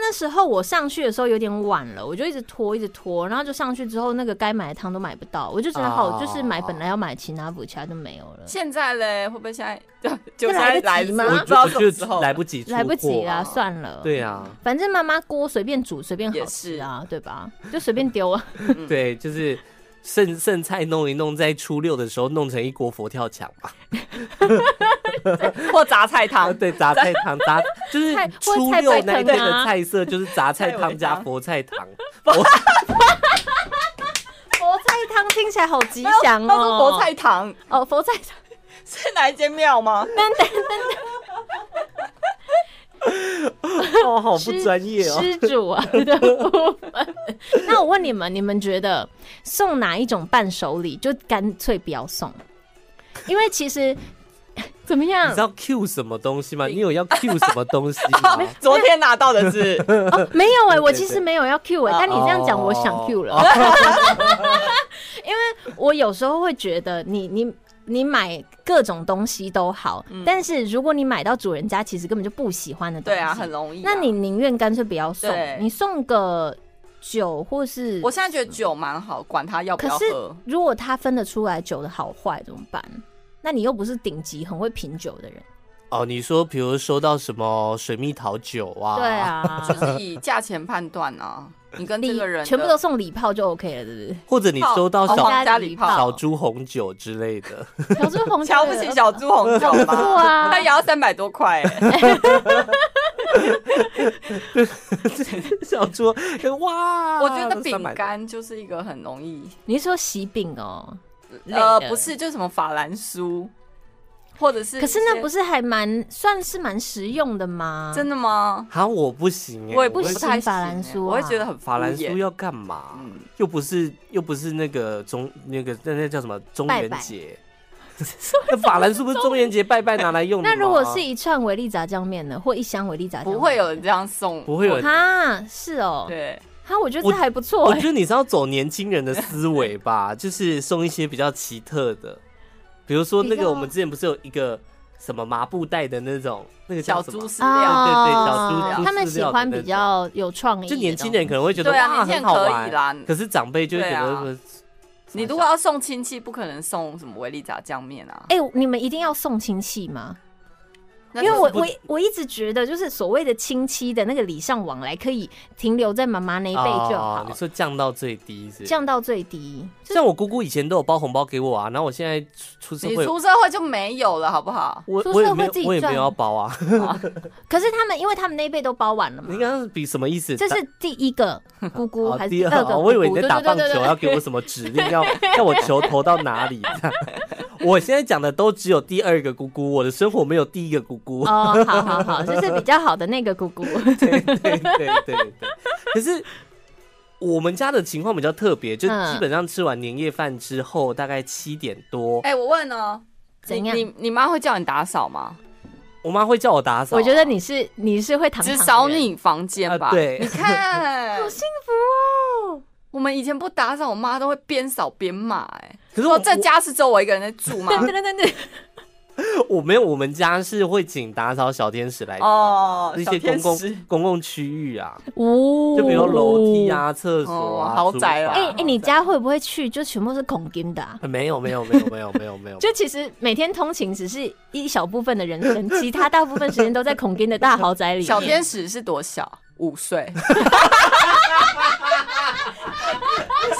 [SPEAKER 2] 那时候我上去的时候有点晚了，我就一直拖，一直拖，然后就上去之后，那个该买的汤都买不到，我就觉得好，
[SPEAKER 1] 哦
[SPEAKER 2] 就是买本来要买奇拿补，其他就没有了。
[SPEAKER 3] 现在嘞，会不会现在 就现
[SPEAKER 2] 来
[SPEAKER 3] 在
[SPEAKER 2] 得及
[SPEAKER 3] 来
[SPEAKER 2] 吗
[SPEAKER 1] 我
[SPEAKER 3] 不知
[SPEAKER 1] 觉
[SPEAKER 3] 道
[SPEAKER 1] 我
[SPEAKER 3] 什么时
[SPEAKER 1] 觉
[SPEAKER 3] 候
[SPEAKER 1] 得来不及，
[SPEAKER 2] 来不及
[SPEAKER 1] 啦。
[SPEAKER 2] 啦，算了。
[SPEAKER 1] 对啊，
[SPEAKER 2] 反正妈妈锅随便煮，随便好
[SPEAKER 3] 也
[SPEAKER 2] 吃
[SPEAKER 3] 是
[SPEAKER 2] 啊，对吧？就随便丢啊。
[SPEAKER 1] 对，就是剩剩菜弄一弄，在初六的时候弄成一锅佛跳墙嘛。
[SPEAKER 3] 或杂菜
[SPEAKER 1] 啊，
[SPEAKER 3] 汤。
[SPEAKER 1] 对，杂菜汤杂就是
[SPEAKER 2] 菜或
[SPEAKER 1] 初
[SPEAKER 2] 菜
[SPEAKER 1] 六
[SPEAKER 2] 白
[SPEAKER 1] 那一
[SPEAKER 2] 藤
[SPEAKER 1] 天
[SPEAKER 2] 啊
[SPEAKER 1] 的菜色就是杂菜汤加佛菜汤。佛
[SPEAKER 2] 佛菜汤听起来好吉
[SPEAKER 3] 他
[SPEAKER 2] 祥
[SPEAKER 3] 说
[SPEAKER 2] 哦。
[SPEAKER 3] 佛菜糖
[SPEAKER 2] 哦，佛菜汤，
[SPEAKER 3] 是 哪一间庙吗？
[SPEAKER 1] 哦，好不
[SPEAKER 2] 施
[SPEAKER 1] 专业 哦。
[SPEAKER 2] 施主啊的部分。 那我问你们，你们觉得送哪一种伴手礼就干脆不要送？因为其 实怎么
[SPEAKER 1] 你
[SPEAKER 2] 样
[SPEAKER 1] 知？道 Q 什么东西吗？你有要 Q 什么东西吗？
[SPEAKER 3] 哦昨天拿到的是，
[SPEAKER 2] 哦， 没有
[SPEAKER 1] 对
[SPEAKER 2] 哎、
[SPEAKER 1] 对
[SPEAKER 2] 我其实没有要 Q 哎、
[SPEAKER 3] 啊
[SPEAKER 2] 但你这样讲，
[SPEAKER 1] 哦哦
[SPEAKER 2] 我想 Q 了，因为我有时候会觉得你你。你买各种东西都好，但是如果你买到主人家其实根本就不喜欢的东
[SPEAKER 3] 嗯对
[SPEAKER 2] 西，
[SPEAKER 3] 啊，很容易啊。
[SPEAKER 2] 那你宁愿干脆不要送
[SPEAKER 3] 对，
[SPEAKER 2] 你送个酒或是
[SPEAKER 3] 我现在觉得酒蛮好，管他要不
[SPEAKER 2] 可
[SPEAKER 3] 要
[SPEAKER 2] 是
[SPEAKER 3] 喝。
[SPEAKER 2] 如果他分得出来酒的好坏怎么办？那你又不是顶级很会品酒的人，
[SPEAKER 1] 哦，你说比如收到什么水蜜桃酒啊？
[SPEAKER 2] 对。啊，
[SPEAKER 3] 就是以价钱判断啊，你跟这
[SPEAKER 2] 礼
[SPEAKER 3] 个人的
[SPEAKER 2] 全部都送礼炮就 OK 了，对
[SPEAKER 1] 或者你收到
[SPEAKER 3] 哦
[SPEAKER 1] 小
[SPEAKER 3] 皇家礼炮，
[SPEAKER 1] 小猪红酒之类的，
[SPEAKER 2] 不对？小猪红
[SPEAKER 3] 瞧不起 小猪红酒
[SPEAKER 2] 不错
[SPEAKER 3] 吗？
[SPEAKER 2] 啊
[SPEAKER 3] 他，也要三百多块欸，
[SPEAKER 1] 小猪哇！
[SPEAKER 3] 我觉得饼
[SPEAKER 1] 300
[SPEAKER 3] 干就是一个很容易，
[SPEAKER 2] 你是说喜饼哦？
[SPEAKER 3] 呃，
[SPEAKER 2] 类的
[SPEAKER 3] 不是，就是什么法兰酥，或者是一些，
[SPEAKER 2] 可是那不是还蛮算是蛮实用的吗？
[SPEAKER 3] 真的吗？
[SPEAKER 1] 啊，我不行哎，
[SPEAKER 3] 我也不
[SPEAKER 1] 会
[SPEAKER 2] 行
[SPEAKER 3] 太
[SPEAKER 2] 法兰
[SPEAKER 3] 欸
[SPEAKER 2] 酥啊
[SPEAKER 3] 我会觉得很敷衍
[SPEAKER 1] 法兰酥要干嘛？
[SPEAKER 3] 嗯
[SPEAKER 1] 又不是又不是那个中那个那那叫什么中元节？ 那法兰酥不是中元节拜拜拿来用的吗
[SPEAKER 2] 那如果是一串维力炸酱面呢，或一箱维力炸酱面，
[SPEAKER 3] 不会有人这样送，
[SPEAKER 1] 不会有人
[SPEAKER 2] 哈，是哦，
[SPEAKER 3] 对，
[SPEAKER 2] 哈，我觉得这还不错
[SPEAKER 1] 我
[SPEAKER 2] 哎
[SPEAKER 1] 觉，得你是要走年轻人的思维 吧，就是送一些比较奇特的，比如说那
[SPEAKER 2] 比
[SPEAKER 1] 个
[SPEAKER 2] 较
[SPEAKER 1] 我们之前不是有一个什么麻布袋的那种，那个
[SPEAKER 3] 小
[SPEAKER 1] 叫什
[SPEAKER 3] 猪
[SPEAKER 1] 么？
[SPEAKER 3] 饲料。
[SPEAKER 1] 料
[SPEAKER 3] 啊
[SPEAKER 1] 对对小猪
[SPEAKER 2] 啊他们喜欢比较有创意的东西，
[SPEAKER 1] 就年轻人可能会觉得
[SPEAKER 3] 对啊，
[SPEAKER 1] 哇
[SPEAKER 3] 年
[SPEAKER 1] 很
[SPEAKER 3] 轻人
[SPEAKER 1] 好
[SPEAKER 3] 可
[SPEAKER 1] 玩
[SPEAKER 3] 以，啦。
[SPEAKER 1] 可是长辈就会觉
[SPEAKER 3] 对啊
[SPEAKER 1] 得
[SPEAKER 3] 你如果要送亲戚，不可能送什么维力炸酱面啊。
[SPEAKER 2] 哎、你们一定要送亲戚吗？
[SPEAKER 3] 那
[SPEAKER 2] 因为
[SPEAKER 3] 就是
[SPEAKER 2] 我
[SPEAKER 1] 不
[SPEAKER 2] 我我一直觉得，就是所谓的亲戚的那个礼尚往来，可以停留在妈妈那一辈就
[SPEAKER 1] 哦
[SPEAKER 2] 好
[SPEAKER 1] 你，说降到最低是不是？
[SPEAKER 2] 降到最低。
[SPEAKER 1] 像我姑姑以前都有包红包给我啊，然后我现在出出社
[SPEAKER 3] 你
[SPEAKER 1] 会，
[SPEAKER 3] 出社会就没有了，好不好？
[SPEAKER 1] 我
[SPEAKER 2] 出
[SPEAKER 1] 我也
[SPEAKER 2] 社
[SPEAKER 1] 没
[SPEAKER 2] 会
[SPEAKER 1] 有
[SPEAKER 2] 自己
[SPEAKER 1] 我也
[SPEAKER 2] 赚
[SPEAKER 1] 没有要包啊。
[SPEAKER 2] 可是他们，因为他们那一辈都包完了嘛
[SPEAKER 1] 你，刚刚比什么意思？
[SPEAKER 2] 这是第一个 姑姑
[SPEAKER 1] 哦
[SPEAKER 2] 还是
[SPEAKER 1] 第
[SPEAKER 2] 第二
[SPEAKER 1] 二
[SPEAKER 2] 个姑姑？
[SPEAKER 1] 我以为你在打棒球，
[SPEAKER 2] 对对对对对
[SPEAKER 1] 要给我什么指令，要要我球投到哪里？这样 我现在讲的都只有第二个姑姑，我的生活没有第一个姑姑。
[SPEAKER 2] 哦，好好好，就是比较好的那个姑姑。
[SPEAKER 1] 对对对对对。可是我们家的情况比较特别，就
[SPEAKER 2] 嗯
[SPEAKER 1] 基本上吃完年夜饭之后，大概七点多，
[SPEAKER 3] 哎、我问哦，
[SPEAKER 2] 怎样
[SPEAKER 3] 你你你妈会叫你打扫吗？
[SPEAKER 1] 我妈会叫我打扫。
[SPEAKER 2] 我觉得你是你是会躺
[SPEAKER 3] 只
[SPEAKER 2] 躺的
[SPEAKER 3] 扫
[SPEAKER 2] 人，
[SPEAKER 3] 你房间
[SPEAKER 1] 啊，
[SPEAKER 3] 吧。，
[SPEAKER 1] 对
[SPEAKER 3] 你，看
[SPEAKER 2] 好，幸福 哦。
[SPEAKER 3] 我们以前不打扫，我妈都会边扫边骂、哎，
[SPEAKER 1] 可是我
[SPEAKER 3] 说这家是只有我一个人在住吗
[SPEAKER 2] 对？对对对对，
[SPEAKER 1] 我没有，我们家是会请打扫小天使来扫
[SPEAKER 3] 哦，
[SPEAKER 1] 那
[SPEAKER 3] 小
[SPEAKER 1] 些公
[SPEAKER 3] 天
[SPEAKER 1] 共
[SPEAKER 3] 使，
[SPEAKER 1] 公共区域啊，
[SPEAKER 2] 哦
[SPEAKER 1] 就比如楼梯。啊、厕所啊、
[SPEAKER 3] 哦豪宅
[SPEAKER 1] 啊
[SPEAKER 3] 啊。
[SPEAKER 2] 哎哎，你家会不会去？就全部是恐金的啊、
[SPEAKER 1] 没有没有没有没有没有没 有，
[SPEAKER 2] 就其实每天通勤只是一小部分的人生，其他大部分时间都在恐金的大豪宅里面。
[SPEAKER 3] 小天使是多小？五岁。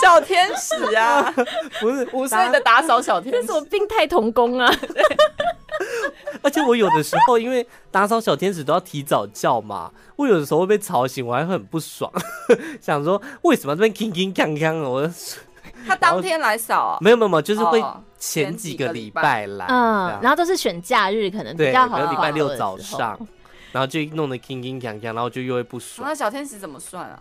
[SPEAKER 3] 小天使啊，
[SPEAKER 1] 不是
[SPEAKER 3] 五岁的打扫小天
[SPEAKER 2] 这是
[SPEAKER 3] 使
[SPEAKER 2] 什。么病态童工 啊？
[SPEAKER 1] 而且我有的时候因为打扫小天使都要提早叫嘛，我有的时候会被吵醒，我还会很不爽， 想说为什么这边铿铿锵锵，我
[SPEAKER 3] 他当天来扫、 啊
[SPEAKER 1] 没有没有没有，就是会
[SPEAKER 3] 哦
[SPEAKER 1] 前
[SPEAKER 3] 前
[SPEAKER 1] 几
[SPEAKER 3] 几
[SPEAKER 1] 个
[SPEAKER 3] 个
[SPEAKER 1] 礼
[SPEAKER 3] 礼拜
[SPEAKER 1] 拜来，
[SPEAKER 2] 嗯，
[SPEAKER 3] 啊
[SPEAKER 1] 这
[SPEAKER 2] 然
[SPEAKER 1] 样
[SPEAKER 2] 后都是选假日，可能
[SPEAKER 1] 对，
[SPEAKER 2] 比
[SPEAKER 1] 比
[SPEAKER 2] 较好。啊
[SPEAKER 1] 如礼拜六早上，，然后就弄得铿铿锵锵，然后就又会不
[SPEAKER 3] 那、
[SPEAKER 1] 爽。
[SPEAKER 3] 小天使怎么算啊？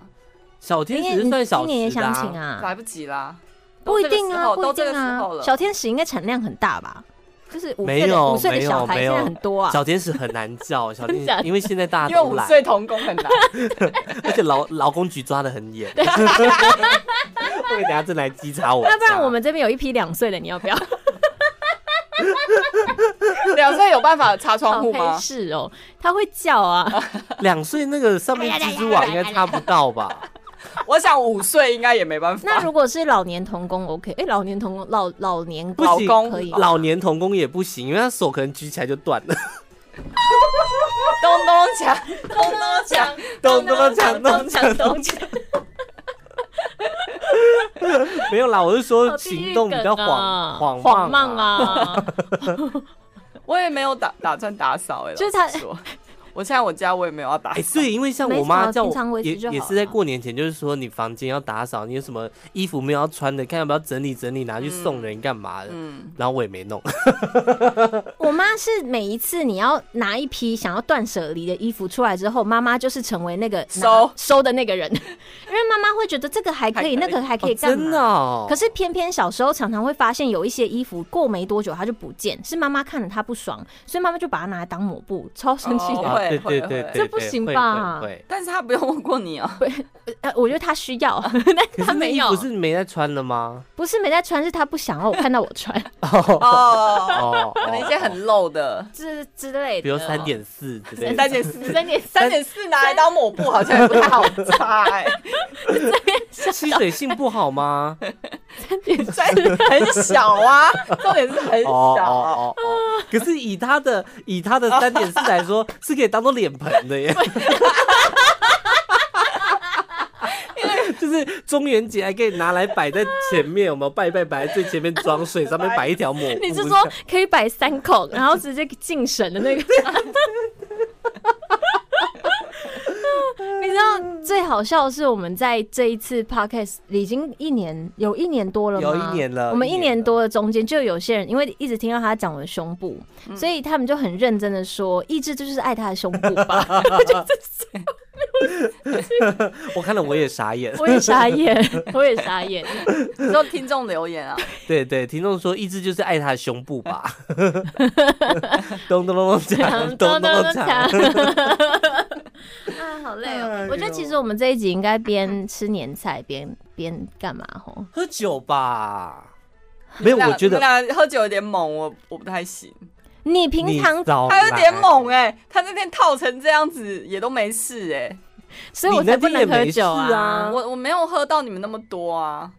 [SPEAKER 1] 小
[SPEAKER 2] 今
[SPEAKER 1] 天使
[SPEAKER 2] 年
[SPEAKER 1] 是算小
[SPEAKER 2] 今年也
[SPEAKER 1] 时的
[SPEAKER 2] 相亲
[SPEAKER 1] 啊，
[SPEAKER 2] 啊，
[SPEAKER 3] 来不及啦，
[SPEAKER 2] 不一定啊，不
[SPEAKER 3] 都
[SPEAKER 2] 一
[SPEAKER 3] 这个
[SPEAKER 2] 定
[SPEAKER 3] 时候
[SPEAKER 2] 啊。
[SPEAKER 3] 了
[SPEAKER 2] 小天使应该产量很大吧？就是五
[SPEAKER 1] 没
[SPEAKER 2] 岁的
[SPEAKER 1] 有
[SPEAKER 2] 五岁的
[SPEAKER 1] 没有
[SPEAKER 2] 小孩
[SPEAKER 1] 没
[SPEAKER 2] 现
[SPEAKER 1] 有
[SPEAKER 2] 在很多啊。
[SPEAKER 1] 小天使很难叫，小天
[SPEAKER 2] 真的
[SPEAKER 1] 使因为现在大
[SPEAKER 3] 因
[SPEAKER 1] 家
[SPEAKER 3] 为
[SPEAKER 1] 都
[SPEAKER 3] 五
[SPEAKER 1] 懒，
[SPEAKER 3] 岁童工很 难。
[SPEAKER 1] 而且劳劳工局抓的很严。 我等下正来稽查我家，
[SPEAKER 2] 那不然我们这边有一批两岁的，你要 不要？
[SPEAKER 3] 两岁有办法擦窗
[SPEAKER 2] 好
[SPEAKER 3] 户
[SPEAKER 2] 黑
[SPEAKER 3] 吗？
[SPEAKER 2] 市哦，他会叫 啊，
[SPEAKER 1] 两岁那个上面蜘蛛网应该插不到
[SPEAKER 2] 哎
[SPEAKER 1] 吧？
[SPEAKER 3] 我想五岁应该也没办法。
[SPEAKER 2] 那如果是老年童工，OK？哎、老年童工，老老年
[SPEAKER 1] 不
[SPEAKER 2] 老
[SPEAKER 1] 行
[SPEAKER 2] 公可以，
[SPEAKER 1] 老年童工也不行，因为他手可能举起来就断 了。
[SPEAKER 3] 咚咚锵，咚咚锵，
[SPEAKER 1] 咚咚锵咚锵咚
[SPEAKER 2] 锵，
[SPEAKER 1] 没有啦，我是说
[SPEAKER 2] 好哦地狱
[SPEAKER 1] 行动比较
[SPEAKER 2] 梗
[SPEAKER 1] 缓
[SPEAKER 2] 啊
[SPEAKER 1] 缓
[SPEAKER 2] 晃
[SPEAKER 1] 慢。
[SPEAKER 2] 啊，
[SPEAKER 3] 我也没有打打算打扫哎、
[SPEAKER 2] 就是他
[SPEAKER 3] 老实说，我现在我家我也没有要打
[SPEAKER 1] 哎，
[SPEAKER 3] 扫。
[SPEAKER 1] 所以因为像
[SPEAKER 2] 没
[SPEAKER 1] 我
[SPEAKER 2] 什么
[SPEAKER 1] 妈叫
[SPEAKER 2] 平常
[SPEAKER 1] 我
[SPEAKER 2] 维持
[SPEAKER 1] 也
[SPEAKER 2] 就好啊
[SPEAKER 1] 也是在过年前，就是说你房间要打扫，你有什么衣服没有要穿的，看要不要整理整理，拿去送人干嘛的。
[SPEAKER 3] 嗯，
[SPEAKER 1] 然后我也没弄，
[SPEAKER 2] 我妈是每一次你要拿一批想要断舍离的衣服出来之后，妈妈就是成为那个拿
[SPEAKER 3] 收
[SPEAKER 2] 收的那个人，因为妈妈会觉得这个还可以，
[SPEAKER 3] 还可
[SPEAKER 2] 那
[SPEAKER 3] 以
[SPEAKER 2] 个还可
[SPEAKER 1] 哦
[SPEAKER 2] 以干
[SPEAKER 1] 真的
[SPEAKER 2] 嘛。
[SPEAKER 1] 哦。
[SPEAKER 2] 可是偏偏小时候常常会发现有一些衣服过没多久它就不见，是妈妈看了她不爽，所以妈妈就把它拿来当抹布，超生气的。
[SPEAKER 1] 啊
[SPEAKER 3] 哦
[SPEAKER 1] 对对
[SPEAKER 3] 会会
[SPEAKER 1] 对
[SPEAKER 3] 会
[SPEAKER 1] 对，
[SPEAKER 2] 这不
[SPEAKER 1] 对
[SPEAKER 2] 行
[SPEAKER 1] 会
[SPEAKER 2] 吧
[SPEAKER 1] 会会
[SPEAKER 3] 但是他不用问过你哦、
[SPEAKER 2] 呃，我觉得她需要，但她
[SPEAKER 1] 那
[SPEAKER 2] 没
[SPEAKER 1] 衣
[SPEAKER 2] 有
[SPEAKER 1] 服，是没在穿了 吗？
[SPEAKER 2] 不是没在穿，是她不想要我看到我穿
[SPEAKER 3] 哦，
[SPEAKER 1] 哦，
[SPEAKER 3] 可能一些很露的，
[SPEAKER 2] 之之类的，
[SPEAKER 1] 比如三点四之类的
[SPEAKER 3] 三。点四。
[SPEAKER 2] 三点
[SPEAKER 3] 三点四拿来当抹布好像也不太好擦 哎、
[SPEAKER 1] 吸水性不好 吗？
[SPEAKER 3] 所以很小啊，重点是很小，啊
[SPEAKER 1] 哦哦！可是以他的以他的三点四来说，是可以当做脸盆的耶。 就是中元节还可以拿来摆在前面，我们拜一拜摆在最前面装水，上面摆一条抹布。
[SPEAKER 2] 你是说可以摆三口，然后直接进神的那个？ 你知道最好笑的是，我们在这一次 podcast 已经一年有一年多了吗？
[SPEAKER 1] 有一年了
[SPEAKER 2] 我们一
[SPEAKER 1] 一年
[SPEAKER 2] 年
[SPEAKER 1] 了
[SPEAKER 2] 多的中间，就有些人因为一直听到他讲我的胸部，所以他们就很认真的说，意志就是爱他的胸部吧。
[SPEAKER 1] 我看了我也傻眼。
[SPEAKER 2] 我也傻眼， 我也傻眼。
[SPEAKER 3] 你说听众留言啊，
[SPEAKER 1] 对对，听众说一直就是爱他的胸部吧。咚咚咚咚 锵，咚咚咚锵。
[SPEAKER 2] 啊，好累
[SPEAKER 1] 哎
[SPEAKER 2] 哦
[SPEAKER 1] 呦！
[SPEAKER 2] 我觉得其实我们这一集应该边吃年菜边边干嘛吼？
[SPEAKER 1] 喝酒吧。没有，
[SPEAKER 3] 你们
[SPEAKER 1] 哎我
[SPEAKER 3] 俩
[SPEAKER 1] 觉得
[SPEAKER 3] 你们俩喝酒有点猛，我我不太行，
[SPEAKER 2] 你平常
[SPEAKER 1] 你，早
[SPEAKER 3] 他有点
[SPEAKER 1] 哦来
[SPEAKER 3] 猛哎、他那天套成这样子也都没事哎、
[SPEAKER 2] 所以我才不能
[SPEAKER 1] 你那
[SPEAKER 2] 喝酒
[SPEAKER 1] 天也没事啊
[SPEAKER 3] 我我没有喝到你们那么多啊，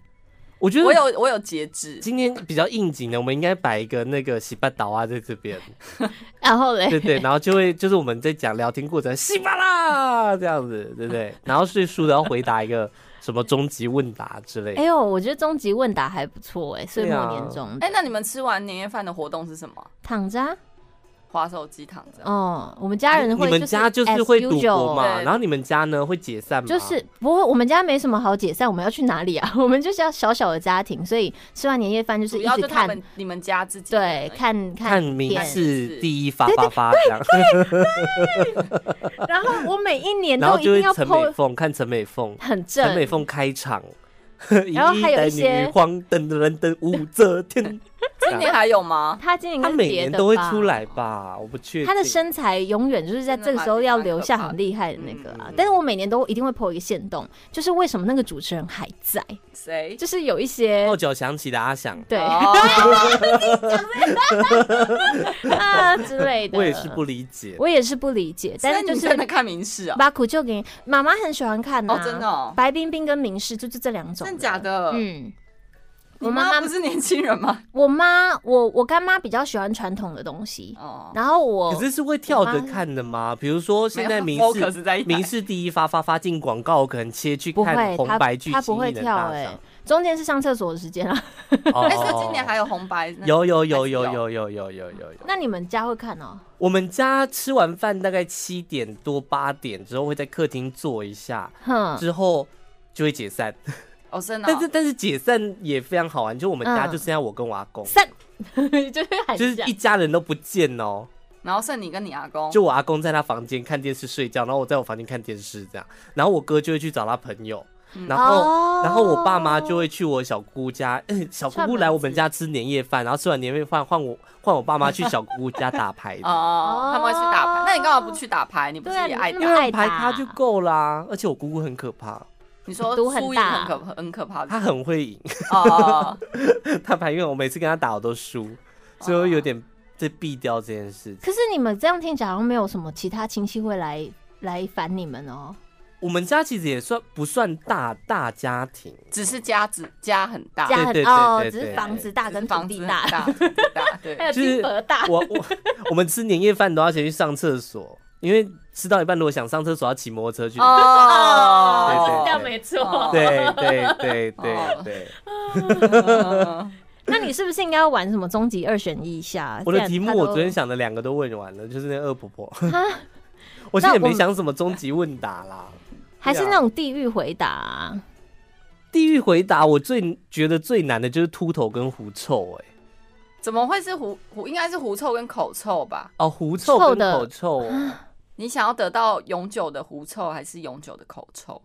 [SPEAKER 1] 我觉
[SPEAKER 3] 我
[SPEAKER 1] 得
[SPEAKER 3] 有我有节制，
[SPEAKER 1] 今天比较应景的，我们应该摆一个那个洗巴岛啊在这边，
[SPEAKER 2] 然后嘞，
[SPEAKER 1] 对对，然后就会就是我们在讲聊天过程，洗巴啦这样子，对不对？然后最输的要回答一个什么终极问答之类
[SPEAKER 2] 哎呦，我觉得终极问答还不错哎，岁
[SPEAKER 1] 对
[SPEAKER 2] 末
[SPEAKER 1] 啊
[SPEAKER 2] 年终的
[SPEAKER 3] 哎、那你们吃完年夜饭的活动是什么？
[SPEAKER 2] 躺着啊
[SPEAKER 3] 划手机躺着。
[SPEAKER 2] 哦，我们家人会
[SPEAKER 1] 你们家就是会赌博
[SPEAKER 2] as usual
[SPEAKER 1] 嘛，
[SPEAKER 3] 对
[SPEAKER 1] 然后你们家呢会解散吗？
[SPEAKER 2] 就是不会，我们家没什么好解散。我们要去哪里啊？ 我们就是要小小的家庭，所以吃完年夜饭就是
[SPEAKER 3] 主
[SPEAKER 2] 一
[SPEAKER 3] 要
[SPEAKER 2] 直
[SPEAKER 3] 就他
[SPEAKER 2] 看，
[SPEAKER 3] 们你们家自己
[SPEAKER 2] 对，
[SPEAKER 3] 看。
[SPEAKER 2] 看看
[SPEAKER 1] 看名
[SPEAKER 2] 片
[SPEAKER 1] 次
[SPEAKER 3] 片
[SPEAKER 1] 第一发发发这样，
[SPEAKER 2] 然后我每一年
[SPEAKER 1] 然
[SPEAKER 2] 都
[SPEAKER 1] 后
[SPEAKER 2] 一
[SPEAKER 1] 就
[SPEAKER 2] 定
[SPEAKER 1] 会
[SPEAKER 2] 要
[SPEAKER 1] 陈美
[SPEAKER 2] po
[SPEAKER 1] 凤看陈美凤，
[SPEAKER 2] 很
[SPEAKER 1] 陈美
[SPEAKER 2] 正，
[SPEAKER 1] 凤开 场，
[SPEAKER 2] 然后还有一
[SPEAKER 1] 代
[SPEAKER 2] 些
[SPEAKER 1] 女皇噔噔噔武则 天，
[SPEAKER 3] 今年还有吗？
[SPEAKER 2] 他今年
[SPEAKER 1] 她
[SPEAKER 2] 应该
[SPEAKER 1] 每
[SPEAKER 2] 是别
[SPEAKER 1] 年
[SPEAKER 2] 的
[SPEAKER 1] 都会
[SPEAKER 2] 吧
[SPEAKER 1] 出来吧？我不确定。
[SPEAKER 2] 他的身材永远就是在这个时候要留下很厉害的那个
[SPEAKER 1] 嗯嗯
[SPEAKER 2] 啊
[SPEAKER 1] 嗯。
[SPEAKER 2] 但是我每年都一定会 PO 一个限动，就是为什么那个主持人还在，
[SPEAKER 3] 谁？
[SPEAKER 2] 就是有一些
[SPEAKER 1] 号角响起的阿翔，
[SPEAKER 2] 对
[SPEAKER 3] 哦
[SPEAKER 2] 啊 之类的。
[SPEAKER 1] 我也是不，理解。
[SPEAKER 2] 我也是不理解，但
[SPEAKER 3] 那
[SPEAKER 2] 是就
[SPEAKER 3] 你
[SPEAKER 2] 是
[SPEAKER 3] 真的看名士啊？
[SPEAKER 2] 把苦就给你妈妈很喜欢看呐
[SPEAKER 3] 哦，真的哦，
[SPEAKER 2] 白冰冰跟明世就是这两种，
[SPEAKER 3] 真的假？的？
[SPEAKER 2] 嗯。
[SPEAKER 3] 你
[SPEAKER 2] 我妈
[SPEAKER 3] 不
[SPEAKER 2] 妈，
[SPEAKER 3] 是年轻 人吗？
[SPEAKER 2] 我妈，我我干妈比较喜欢传统的东西，
[SPEAKER 3] 哦，
[SPEAKER 2] 然后我
[SPEAKER 1] 可是是会跳着看的吗？比如说现在
[SPEAKER 3] 没
[SPEAKER 1] 明
[SPEAKER 3] 有 focus
[SPEAKER 1] 视
[SPEAKER 3] 在一台
[SPEAKER 1] 明视第一发发发进广告，我可能切去
[SPEAKER 2] 不
[SPEAKER 1] 看
[SPEAKER 2] 会，
[SPEAKER 1] 红
[SPEAKER 2] 她
[SPEAKER 1] 白剧
[SPEAKER 2] 她
[SPEAKER 1] 情
[SPEAKER 2] 不会
[SPEAKER 1] 艺人
[SPEAKER 2] 跳
[SPEAKER 1] 大
[SPEAKER 2] 哎
[SPEAKER 1] 赏。，
[SPEAKER 2] 中间是上厕所的时间啊。
[SPEAKER 1] 哦
[SPEAKER 3] 哎，所以今年还有红白那
[SPEAKER 1] 有有有有
[SPEAKER 3] 还是
[SPEAKER 1] 有有有有有有。
[SPEAKER 2] 那你们家会看哦？
[SPEAKER 1] 我们家吃完饭大概七点多八点之后会在客厅坐一下，
[SPEAKER 2] 哼，
[SPEAKER 1] 之后就会解散。
[SPEAKER 3] 哦，真的哦
[SPEAKER 1] 但是但是解散也非常好玩，就我们家
[SPEAKER 2] 嗯
[SPEAKER 1] 就剩下我跟我阿公，
[SPEAKER 2] 散， 就是喊
[SPEAKER 1] 就是
[SPEAKER 2] 下
[SPEAKER 1] 一家人都不见哦。
[SPEAKER 3] 然后剩你跟你阿公，
[SPEAKER 1] 就我阿公在他房间看电视睡觉，然后我在我房间看电视这样，然后我哥就会去找他朋友，
[SPEAKER 3] 嗯
[SPEAKER 1] 然后、
[SPEAKER 2] 哦
[SPEAKER 1] 然后我爸妈就会去我小姑家， 嗯小姑姑来我们家吃年夜饭，然后吃完年夜饭换我换我爸妈去小姑姑家打牌的，
[SPEAKER 3] 哦，他们会去打
[SPEAKER 2] 哦
[SPEAKER 3] 牌，那你干嘛不去打牌？你不是
[SPEAKER 2] 对啊
[SPEAKER 3] 也爱
[SPEAKER 2] 你
[SPEAKER 1] 因
[SPEAKER 2] 那么？
[SPEAKER 3] 打
[SPEAKER 1] 为
[SPEAKER 2] 爱
[SPEAKER 1] 牌
[SPEAKER 2] 打
[SPEAKER 1] 咖就够啦，而且我姑姑很可怕，
[SPEAKER 3] 你说
[SPEAKER 2] 赌很
[SPEAKER 3] 输赢
[SPEAKER 2] 大
[SPEAKER 3] 很可很可怕的
[SPEAKER 1] 她很会赢，
[SPEAKER 3] 哦，
[SPEAKER 1] 她牌因为我每次跟她打我都输，所以我有点在避掉这件事情。
[SPEAKER 2] 可是你们这样听起来好像没有什么其他亲戚会来来烦你们哦。
[SPEAKER 1] 我们家其实也算不算大大家庭，
[SPEAKER 3] 只是家子家很大，
[SPEAKER 2] 家
[SPEAKER 1] 啊对
[SPEAKER 2] 很
[SPEAKER 1] 对
[SPEAKER 2] 哦
[SPEAKER 1] 对，
[SPEAKER 2] 只
[SPEAKER 1] 对
[SPEAKER 2] 是
[SPEAKER 1] 对
[SPEAKER 2] 房子大
[SPEAKER 3] 只是
[SPEAKER 2] 跟土
[SPEAKER 3] 房子
[SPEAKER 2] 地
[SPEAKER 3] 很
[SPEAKER 2] 大，
[SPEAKER 3] 大，土地大 对。
[SPEAKER 2] 还有
[SPEAKER 1] 就是
[SPEAKER 2] 金额大。
[SPEAKER 1] 我我我们吃年夜饭都要先去上厕所，因为吃到一半如果想上厕所要骑摩托车去。
[SPEAKER 2] 哦
[SPEAKER 1] 对对对
[SPEAKER 3] 哦
[SPEAKER 2] 这样没错。
[SPEAKER 3] 哦
[SPEAKER 1] 对对对对
[SPEAKER 3] 哦
[SPEAKER 1] 对，
[SPEAKER 2] 那你是不是应该要玩什么终极二选一一下？
[SPEAKER 1] 我的题目我昨天
[SPEAKER 2] 想，
[SPEAKER 1] 想的两个都问完了，就是那个恶婆 婆
[SPEAKER 2] 哈。
[SPEAKER 1] 我现在也
[SPEAKER 2] 那
[SPEAKER 1] 没
[SPEAKER 2] 我们
[SPEAKER 1] 想什么终极问答啦，
[SPEAKER 2] 还是那种地狱回答啊、
[SPEAKER 1] 地狱回答我最觉得最难的就是秃头跟狐臭，哎，
[SPEAKER 3] 怎么会是狐狐？应该是狐臭跟口臭吧？
[SPEAKER 1] 哦，狐臭
[SPEAKER 2] 臭
[SPEAKER 1] 跟
[SPEAKER 2] 的
[SPEAKER 1] 口臭 哦，
[SPEAKER 3] 你想要得到永久的狐臭还是永久的口臭？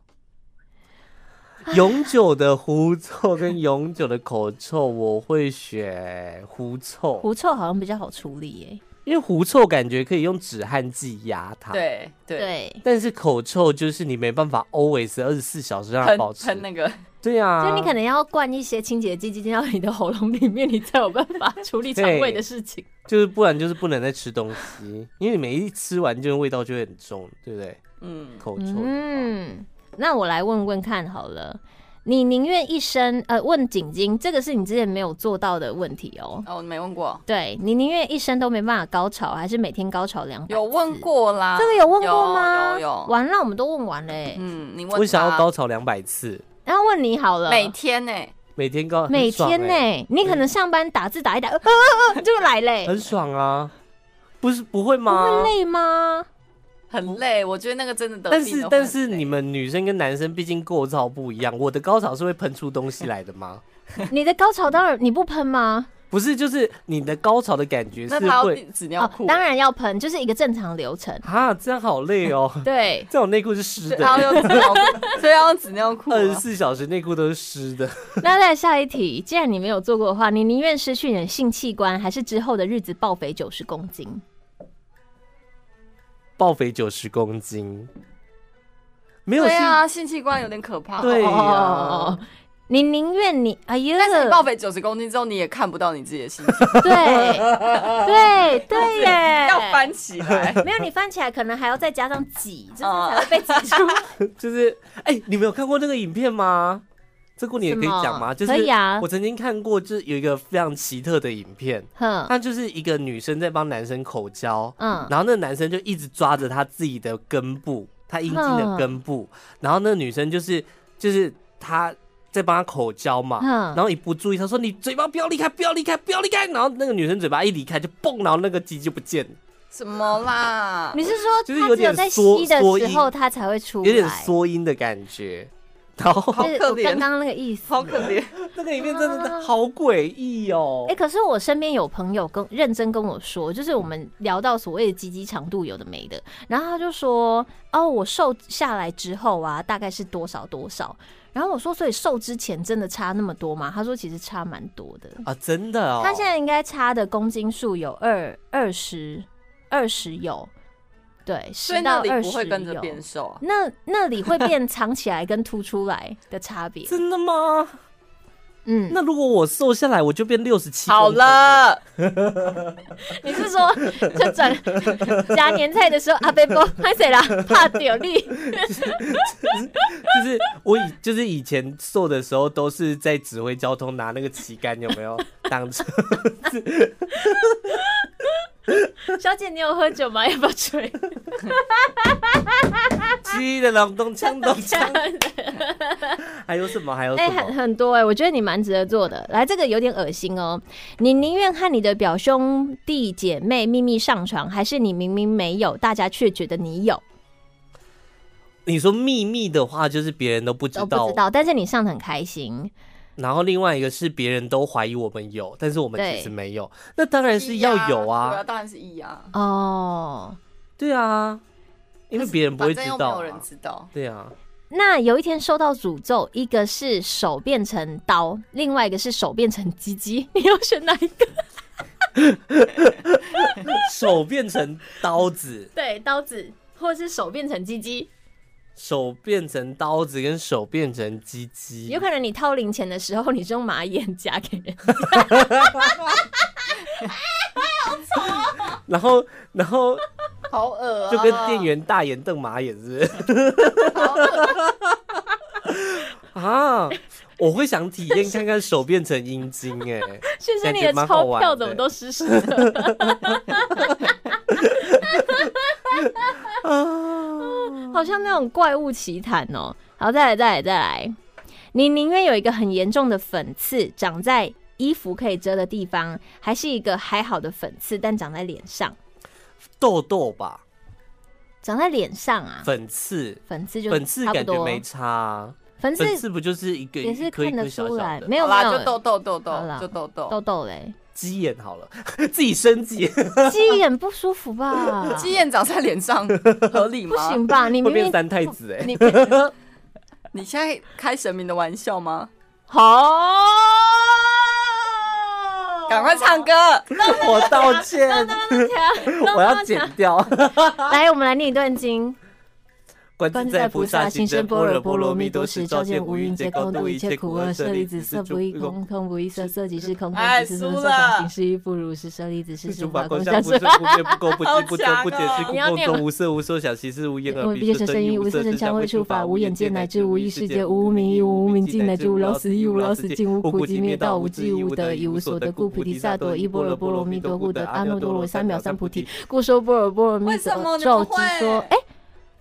[SPEAKER 1] 永久的狐臭跟永久的口臭，我会选狐臭。
[SPEAKER 2] 狐臭好像比较好处理耶、
[SPEAKER 1] 因为狐臭感觉可以用止汗剂压它，，
[SPEAKER 3] 对对，
[SPEAKER 2] 对，
[SPEAKER 1] 但是口臭就是你没办法 always 二十四小时让它
[SPEAKER 3] 喷
[SPEAKER 1] 保持
[SPEAKER 3] 喷，那个
[SPEAKER 1] 对啊，
[SPEAKER 2] 就你可能要灌一些清洁剂进到你的喉咙里面，你才有办法处理肠胃的事情。
[SPEAKER 1] 就是不然就是不能再吃东西，因为你每一吃完就味道就会很重，对不对？
[SPEAKER 3] 嗯，
[SPEAKER 1] 口臭的话，
[SPEAKER 2] 嗯，那我来问问看好了，你宁愿一生呃问景晶，这个是你之前没有做到的问题哦。
[SPEAKER 3] 哦，没问过，
[SPEAKER 2] 对你宁愿一生都没办法高潮，还是每天高潮两百？
[SPEAKER 3] 有问、过啦，
[SPEAKER 2] 这个有问过吗？
[SPEAKER 3] 有有有
[SPEAKER 2] 完了，我们都问完嘞、
[SPEAKER 3] 嗯，你问
[SPEAKER 1] 我想要
[SPEAKER 3] 他
[SPEAKER 1] 高潮两百次，
[SPEAKER 2] 然后问你好了，
[SPEAKER 3] 每天欸呢、
[SPEAKER 1] 每天高，
[SPEAKER 2] 每
[SPEAKER 1] 很爽
[SPEAKER 2] 天呢、
[SPEAKER 1] 欸
[SPEAKER 2] 你可能上班打字打一打，呃呃呃就来嘞、
[SPEAKER 1] 很爽啊，不是不会
[SPEAKER 2] 不
[SPEAKER 1] 吗
[SPEAKER 2] 会？累吗？
[SPEAKER 3] 很累，我觉得那个真的得
[SPEAKER 1] 哦但
[SPEAKER 3] 病
[SPEAKER 1] 是
[SPEAKER 3] 都会很累
[SPEAKER 1] 但是你们女生跟男生毕竟构造不一样，我的高潮是会喷出东西来的 吗？
[SPEAKER 2] 你的高潮当然你不喷吗？
[SPEAKER 1] 不是，就是你的高潮的感觉
[SPEAKER 3] 那
[SPEAKER 1] 是
[SPEAKER 3] 他要
[SPEAKER 1] 会哦
[SPEAKER 3] 纸尿裤、
[SPEAKER 2] 哦当然要喷，就是一个正常 流程。
[SPEAKER 1] 啊，这样好累哦。
[SPEAKER 2] 对，
[SPEAKER 1] 这种内裤是湿
[SPEAKER 3] 对他
[SPEAKER 1] 的，
[SPEAKER 3] 要用纸尿 裤，所以要用纸尿裤啊、
[SPEAKER 1] 二十四小时内裤都是湿的。
[SPEAKER 2] 那再下一题，既然你没有做过的话，你宁愿失去你的性器官，还是之后的日子暴肥九十公斤？
[SPEAKER 1] 暴肥九十公斤，没有
[SPEAKER 3] 对
[SPEAKER 1] 性，
[SPEAKER 3] 啊，性器官有点可怕。哦
[SPEAKER 1] 对呀、
[SPEAKER 2] 哦你宁愿你哎呀，
[SPEAKER 3] 但是你报肥九十公斤之后，你也看不到你自己的性器官，
[SPEAKER 2] 对 对对耶，
[SPEAKER 3] 要翻起 来。
[SPEAKER 2] 没有你翻起来，可能还要再加上挤，就是才会被挤出。
[SPEAKER 1] 哦就是哎、你们有看过那个影片吗？这过年也可以讲吗？
[SPEAKER 2] 什么
[SPEAKER 1] 就是
[SPEAKER 2] 可以啊
[SPEAKER 1] 我曾经看过，就是有一个非常奇特的影片，
[SPEAKER 2] 哼，
[SPEAKER 1] 它就是一个女生在帮男生口交，
[SPEAKER 2] 嗯，
[SPEAKER 1] 然后那个男生就一直抓着他自己的根部，他阴茎的根部，然后那个女生就是就是他在帮他口交嘛，
[SPEAKER 2] 嗯
[SPEAKER 1] 然后一不注意，他说你嘴巴不要离开，不要离开，不要离开，然后那个女生嘴巴一离开就蹦，然后那个鸡就不见了，
[SPEAKER 3] 怎么 啦？
[SPEAKER 2] 你是说
[SPEAKER 1] 就是
[SPEAKER 2] 他
[SPEAKER 1] 有
[SPEAKER 2] 只有
[SPEAKER 1] 点
[SPEAKER 2] 在
[SPEAKER 1] 缩
[SPEAKER 2] 吸的
[SPEAKER 1] 缩
[SPEAKER 2] 时
[SPEAKER 1] 音
[SPEAKER 2] 候他才会出来？
[SPEAKER 1] 有点缩音的感觉。然后
[SPEAKER 2] 就是
[SPEAKER 3] 可
[SPEAKER 2] 我
[SPEAKER 3] 怜
[SPEAKER 2] 刚刚那个意思。
[SPEAKER 3] 好可怜，
[SPEAKER 1] 那个影片真的好诡异哦
[SPEAKER 2] 哎、，可是我身边有朋友跟认真跟我说，就是我们聊到所谓的鸡鸡长度有的没的，然后他就说，哦，我瘦下来之后啊，大概是多少多少。然后我说，所以瘦之前真的差那么多吗？他说其实差蛮多的，
[SPEAKER 1] 啊，真的哦。
[SPEAKER 2] 他现在应该差的公斤数有二二十二十有，对，
[SPEAKER 3] 所以
[SPEAKER 2] 十到
[SPEAKER 3] 那里
[SPEAKER 2] 二
[SPEAKER 3] 不
[SPEAKER 2] 十
[SPEAKER 3] 会跟着
[SPEAKER 2] 有
[SPEAKER 3] 变瘦啊。
[SPEAKER 2] 那那里会变藏起来跟凸出来的差 别。
[SPEAKER 1] 真的吗？
[SPEAKER 2] 嗯，
[SPEAKER 1] 那如果我瘦下来，我就变六十七。
[SPEAKER 3] 好，了，
[SPEAKER 2] 你是说就转夹年菜的时候阿贝波拍谁 啦？怕丢力，
[SPEAKER 1] 就是我以就是以前瘦的时候，都是在指挥交通拿那个旗杆，有没有挡车？
[SPEAKER 2] 小姐你有喝酒吗？要不要吹？
[SPEAKER 1] 鸡的隆咚锵咚锵，还有什么？还有
[SPEAKER 2] 哎、
[SPEAKER 1] 什
[SPEAKER 2] 很
[SPEAKER 1] 么？
[SPEAKER 2] 很多哎、我觉得你蛮值得做的。来，这个有点恶心哦。你宁愿和你的表兄弟姐妹秘密上床，还是你明明没有，大家却觉得你有
[SPEAKER 1] 你说秘密的话，就是别人都不知
[SPEAKER 2] 都不
[SPEAKER 1] 道
[SPEAKER 2] 知，道，但是你上得很开心。
[SPEAKER 1] 然后另外一个是别人都怀疑我们有，但是我们
[SPEAKER 2] 对
[SPEAKER 1] 其实没有。那当然是要有
[SPEAKER 3] 对啊，
[SPEAKER 1] 啊，
[SPEAKER 3] 当然是一啊，
[SPEAKER 2] 哦，
[SPEAKER 1] 对啊，因为别人不会知
[SPEAKER 3] 反正又
[SPEAKER 1] 道
[SPEAKER 3] 没有
[SPEAKER 1] 啊
[SPEAKER 3] 人。知 道。
[SPEAKER 1] 对啊，
[SPEAKER 2] 那有一天受到诅咒，一个是手变成刀，另外一个是手变成鸡鸡， 你要选哪一个？
[SPEAKER 1] 手变成刀子，
[SPEAKER 2] 对，刀子，或者是手变成鸡鸡。
[SPEAKER 1] 手变成刀子，跟手变成鸡鸡，
[SPEAKER 2] 有可能你掏零钱的时候，你是用马眼夹给人。
[SPEAKER 1] 然后然后
[SPEAKER 3] 好恶啊！
[SPEAKER 1] 就
[SPEAKER 2] 哦
[SPEAKER 1] 跟店员大眼瞪马眼是不 是？啊，我会想体验看看手变成阴茎 哎、
[SPEAKER 2] 先生，
[SPEAKER 1] 感
[SPEAKER 2] 你
[SPEAKER 1] 觉
[SPEAKER 2] 的
[SPEAKER 1] 蛮好
[SPEAKER 2] 钞
[SPEAKER 1] 玩
[SPEAKER 2] 票
[SPEAKER 1] 的
[SPEAKER 2] 怎么都湿湿 的？ 好像那种怪物奇谈哦。好，再来，再来，再来。你宁愿有一个很严重的粉刺长在衣服可以遮的地方，还是一个还好的粉刺但长在脸上？
[SPEAKER 1] 痘痘吧，
[SPEAKER 2] 长在脸上啊，
[SPEAKER 1] 粉刺，
[SPEAKER 2] 粉刺就
[SPEAKER 1] 粉刺
[SPEAKER 2] 差不
[SPEAKER 1] 感觉
[SPEAKER 2] 多。
[SPEAKER 1] 没差啊、
[SPEAKER 2] 粉刺
[SPEAKER 1] 粉刺不就是一个
[SPEAKER 2] 也是
[SPEAKER 1] 一颗一
[SPEAKER 2] 看
[SPEAKER 1] 颗
[SPEAKER 2] 得
[SPEAKER 1] 小
[SPEAKER 2] 出
[SPEAKER 1] 小
[SPEAKER 2] 来，
[SPEAKER 1] 的
[SPEAKER 2] 没有
[SPEAKER 3] 好
[SPEAKER 2] 没
[SPEAKER 3] 啦，
[SPEAKER 2] 有
[SPEAKER 3] 就痘痘痘痘
[SPEAKER 2] 好啦，
[SPEAKER 3] 就痘痘。
[SPEAKER 2] 痘痘嘞，
[SPEAKER 1] 鸡眼好了， 自己升级
[SPEAKER 2] 鸡眼不舒服吧？
[SPEAKER 3] 鸡眼长在脸上合理
[SPEAKER 2] 不
[SPEAKER 3] 吗？
[SPEAKER 2] 行吧？你
[SPEAKER 1] 会
[SPEAKER 2] 明
[SPEAKER 1] 变
[SPEAKER 2] 明
[SPEAKER 1] 三太子哎、
[SPEAKER 2] 你
[SPEAKER 3] 你现在开神明的玩笑吗？
[SPEAKER 2] 好，哦
[SPEAKER 3] 赶快唱歌！
[SPEAKER 2] 哎
[SPEAKER 1] 我道歉，我要剪掉。
[SPEAKER 2] 来，我们来念一段经。
[SPEAKER 1] 观
[SPEAKER 2] 观
[SPEAKER 1] 自
[SPEAKER 2] 自
[SPEAKER 1] 在
[SPEAKER 2] 在
[SPEAKER 1] 菩
[SPEAKER 2] 菩
[SPEAKER 1] 萨
[SPEAKER 2] 萨
[SPEAKER 1] 行
[SPEAKER 2] 心
[SPEAKER 1] 深
[SPEAKER 2] 生
[SPEAKER 1] 般
[SPEAKER 2] 般
[SPEAKER 1] 若
[SPEAKER 2] 若
[SPEAKER 1] 波
[SPEAKER 2] 波
[SPEAKER 1] 罗
[SPEAKER 2] 罗
[SPEAKER 1] 蜜
[SPEAKER 2] 蜜
[SPEAKER 1] 多
[SPEAKER 2] 多
[SPEAKER 1] 时，
[SPEAKER 2] 时，
[SPEAKER 1] 照
[SPEAKER 2] 照
[SPEAKER 1] 见
[SPEAKER 2] 见
[SPEAKER 1] 五
[SPEAKER 2] 五
[SPEAKER 1] 蕴
[SPEAKER 2] 蕴
[SPEAKER 1] 皆
[SPEAKER 2] 皆
[SPEAKER 1] 空，
[SPEAKER 2] 空，
[SPEAKER 1] 度
[SPEAKER 2] 度
[SPEAKER 1] 一
[SPEAKER 2] 一
[SPEAKER 1] 切
[SPEAKER 2] 切
[SPEAKER 1] 苦
[SPEAKER 2] 苦
[SPEAKER 1] 厄，
[SPEAKER 2] 厄。
[SPEAKER 1] 舍
[SPEAKER 2] 舍
[SPEAKER 1] 利
[SPEAKER 2] 利
[SPEAKER 1] 子
[SPEAKER 2] 子，
[SPEAKER 1] 色
[SPEAKER 2] 色
[SPEAKER 1] 不
[SPEAKER 2] 不
[SPEAKER 1] 异
[SPEAKER 2] 异
[SPEAKER 1] 空
[SPEAKER 2] 空，。空不异色，色即是空，空
[SPEAKER 3] 哎
[SPEAKER 2] 即是
[SPEAKER 3] 输
[SPEAKER 2] 色，色
[SPEAKER 3] 了
[SPEAKER 2] 法即是一，不如是舍利子，是
[SPEAKER 1] 诸
[SPEAKER 2] 诸
[SPEAKER 1] 法
[SPEAKER 2] 法
[SPEAKER 1] 空
[SPEAKER 2] 空
[SPEAKER 1] 相，
[SPEAKER 2] 相
[SPEAKER 1] 不
[SPEAKER 2] 是
[SPEAKER 1] 生。不灭，不垢不
[SPEAKER 3] 好
[SPEAKER 1] 净，不增
[SPEAKER 3] 强
[SPEAKER 1] 不减，
[SPEAKER 3] 哦
[SPEAKER 1] 是空
[SPEAKER 2] 你要
[SPEAKER 1] 空
[SPEAKER 2] 念吗
[SPEAKER 1] 中无色，无受想，行识无眼耳
[SPEAKER 2] 我
[SPEAKER 1] 鼻
[SPEAKER 2] 必须
[SPEAKER 1] 舌
[SPEAKER 2] 生
[SPEAKER 1] 身
[SPEAKER 2] 意，
[SPEAKER 1] 无
[SPEAKER 2] 无
[SPEAKER 1] 色
[SPEAKER 2] 色
[SPEAKER 1] 声
[SPEAKER 2] 身
[SPEAKER 1] 香
[SPEAKER 2] 香
[SPEAKER 1] 味
[SPEAKER 2] 味
[SPEAKER 1] 触
[SPEAKER 2] 触
[SPEAKER 1] 法，
[SPEAKER 2] 法，
[SPEAKER 1] 无
[SPEAKER 2] 无
[SPEAKER 1] 眼
[SPEAKER 2] 眼
[SPEAKER 1] 界
[SPEAKER 2] 见
[SPEAKER 1] 乃
[SPEAKER 2] 乃
[SPEAKER 1] 至
[SPEAKER 2] 至
[SPEAKER 1] 无
[SPEAKER 2] 无
[SPEAKER 1] 意
[SPEAKER 2] 意
[SPEAKER 1] 识
[SPEAKER 2] 识
[SPEAKER 1] 界，
[SPEAKER 2] 界，
[SPEAKER 1] 无
[SPEAKER 2] 无
[SPEAKER 1] 明
[SPEAKER 2] 明
[SPEAKER 1] 一
[SPEAKER 2] 一
[SPEAKER 1] 无
[SPEAKER 2] 无
[SPEAKER 1] 明
[SPEAKER 2] 明
[SPEAKER 1] 尽
[SPEAKER 2] 尽
[SPEAKER 1] 乃
[SPEAKER 2] 乃
[SPEAKER 1] 至
[SPEAKER 2] 至
[SPEAKER 1] 无
[SPEAKER 2] 无
[SPEAKER 1] 老
[SPEAKER 2] 老
[SPEAKER 1] 死
[SPEAKER 2] 死
[SPEAKER 1] 亦
[SPEAKER 2] 亦
[SPEAKER 1] 无
[SPEAKER 2] 无
[SPEAKER 1] 老
[SPEAKER 2] 老
[SPEAKER 1] 死
[SPEAKER 2] 死
[SPEAKER 1] 尽
[SPEAKER 2] 尽，
[SPEAKER 1] 无
[SPEAKER 2] 无
[SPEAKER 1] 苦
[SPEAKER 2] 苦
[SPEAKER 1] 集
[SPEAKER 2] 集
[SPEAKER 1] 灭
[SPEAKER 2] 灭
[SPEAKER 1] 道
[SPEAKER 2] 道，
[SPEAKER 1] 无
[SPEAKER 2] 无
[SPEAKER 1] 知
[SPEAKER 2] 知
[SPEAKER 1] 亦
[SPEAKER 2] 亦
[SPEAKER 1] 无得
[SPEAKER 2] 无得，
[SPEAKER 1] 亦
[SPEAKER 2] 以
[SPEAKER 1] 无
[SPEAKER 2] 无
[SPEAKER 1] 所
[SPEAKER 2] 所
[SPEAKER 1] 得
[SPEAKER 2] 得，
[SPEAKER 1] 故
[SPEAKER 2] 故
[SPEAKER 1] 菩
[SPEAKER 2] 菩
[SPEAKER 1] 提
[SPEAKER 2] 提
[SPEAKER 1] 萨
[SPEAKER 2] 萨
[SPEAKER 1] 埵
[SPEAKER 2] 埵
[SPEAKER 1] 依
[SPEAKER 2] 依
[SPEAKER 1] 般
[SPEAKER 2] 般
[SPEAKER 1] 若
[SPEAKER 2] 若
[SPEAKER 1] 波
[SPEAKER 2] 波
[SPEAKER 1] 罗
[SPEAKER 2] 罗
[SPEAKER 1] 蜜
[SPEAKER 2] 蜜
[SPEAKER 1] 多
[SPEAKER 2] 多
[SPEAKER 1] 故
[SPEAKER 2] 故
[SPEAKER 1] 得
[SPEAKER 2] 得
[SPEAKER 1] 阿
[SPEAKER 2] 阿
[SPEAKER 1] 耨
[SPEAKER 2] 耨
[SPEAKER 1] 多
[SPEAKER 2] 多
[SPEAKER 1] 罗
[SPEAKER 2] 罗
[SPEAKER 1] 三
[SPEAKER 2] 三
[SPEAKER 1] 藐
[SPEAKER 2] 藐
[SPEAKER 1] 三
[SPEAKER 2] 三
[SPEAKER 1] 菩
[SPEAKER 2] 菩
[SPEAKER 1] 提
[SPEAKER 2] 提。故说般若波罗蜜
[SPEAKER 3] 为什
[SPEAKER 2] 多
[SPEAKER 3] 么你不
[SPEAKER 2] 咒
[SPEAKER 3] 会
[SPEAKER 2] 之说，哎。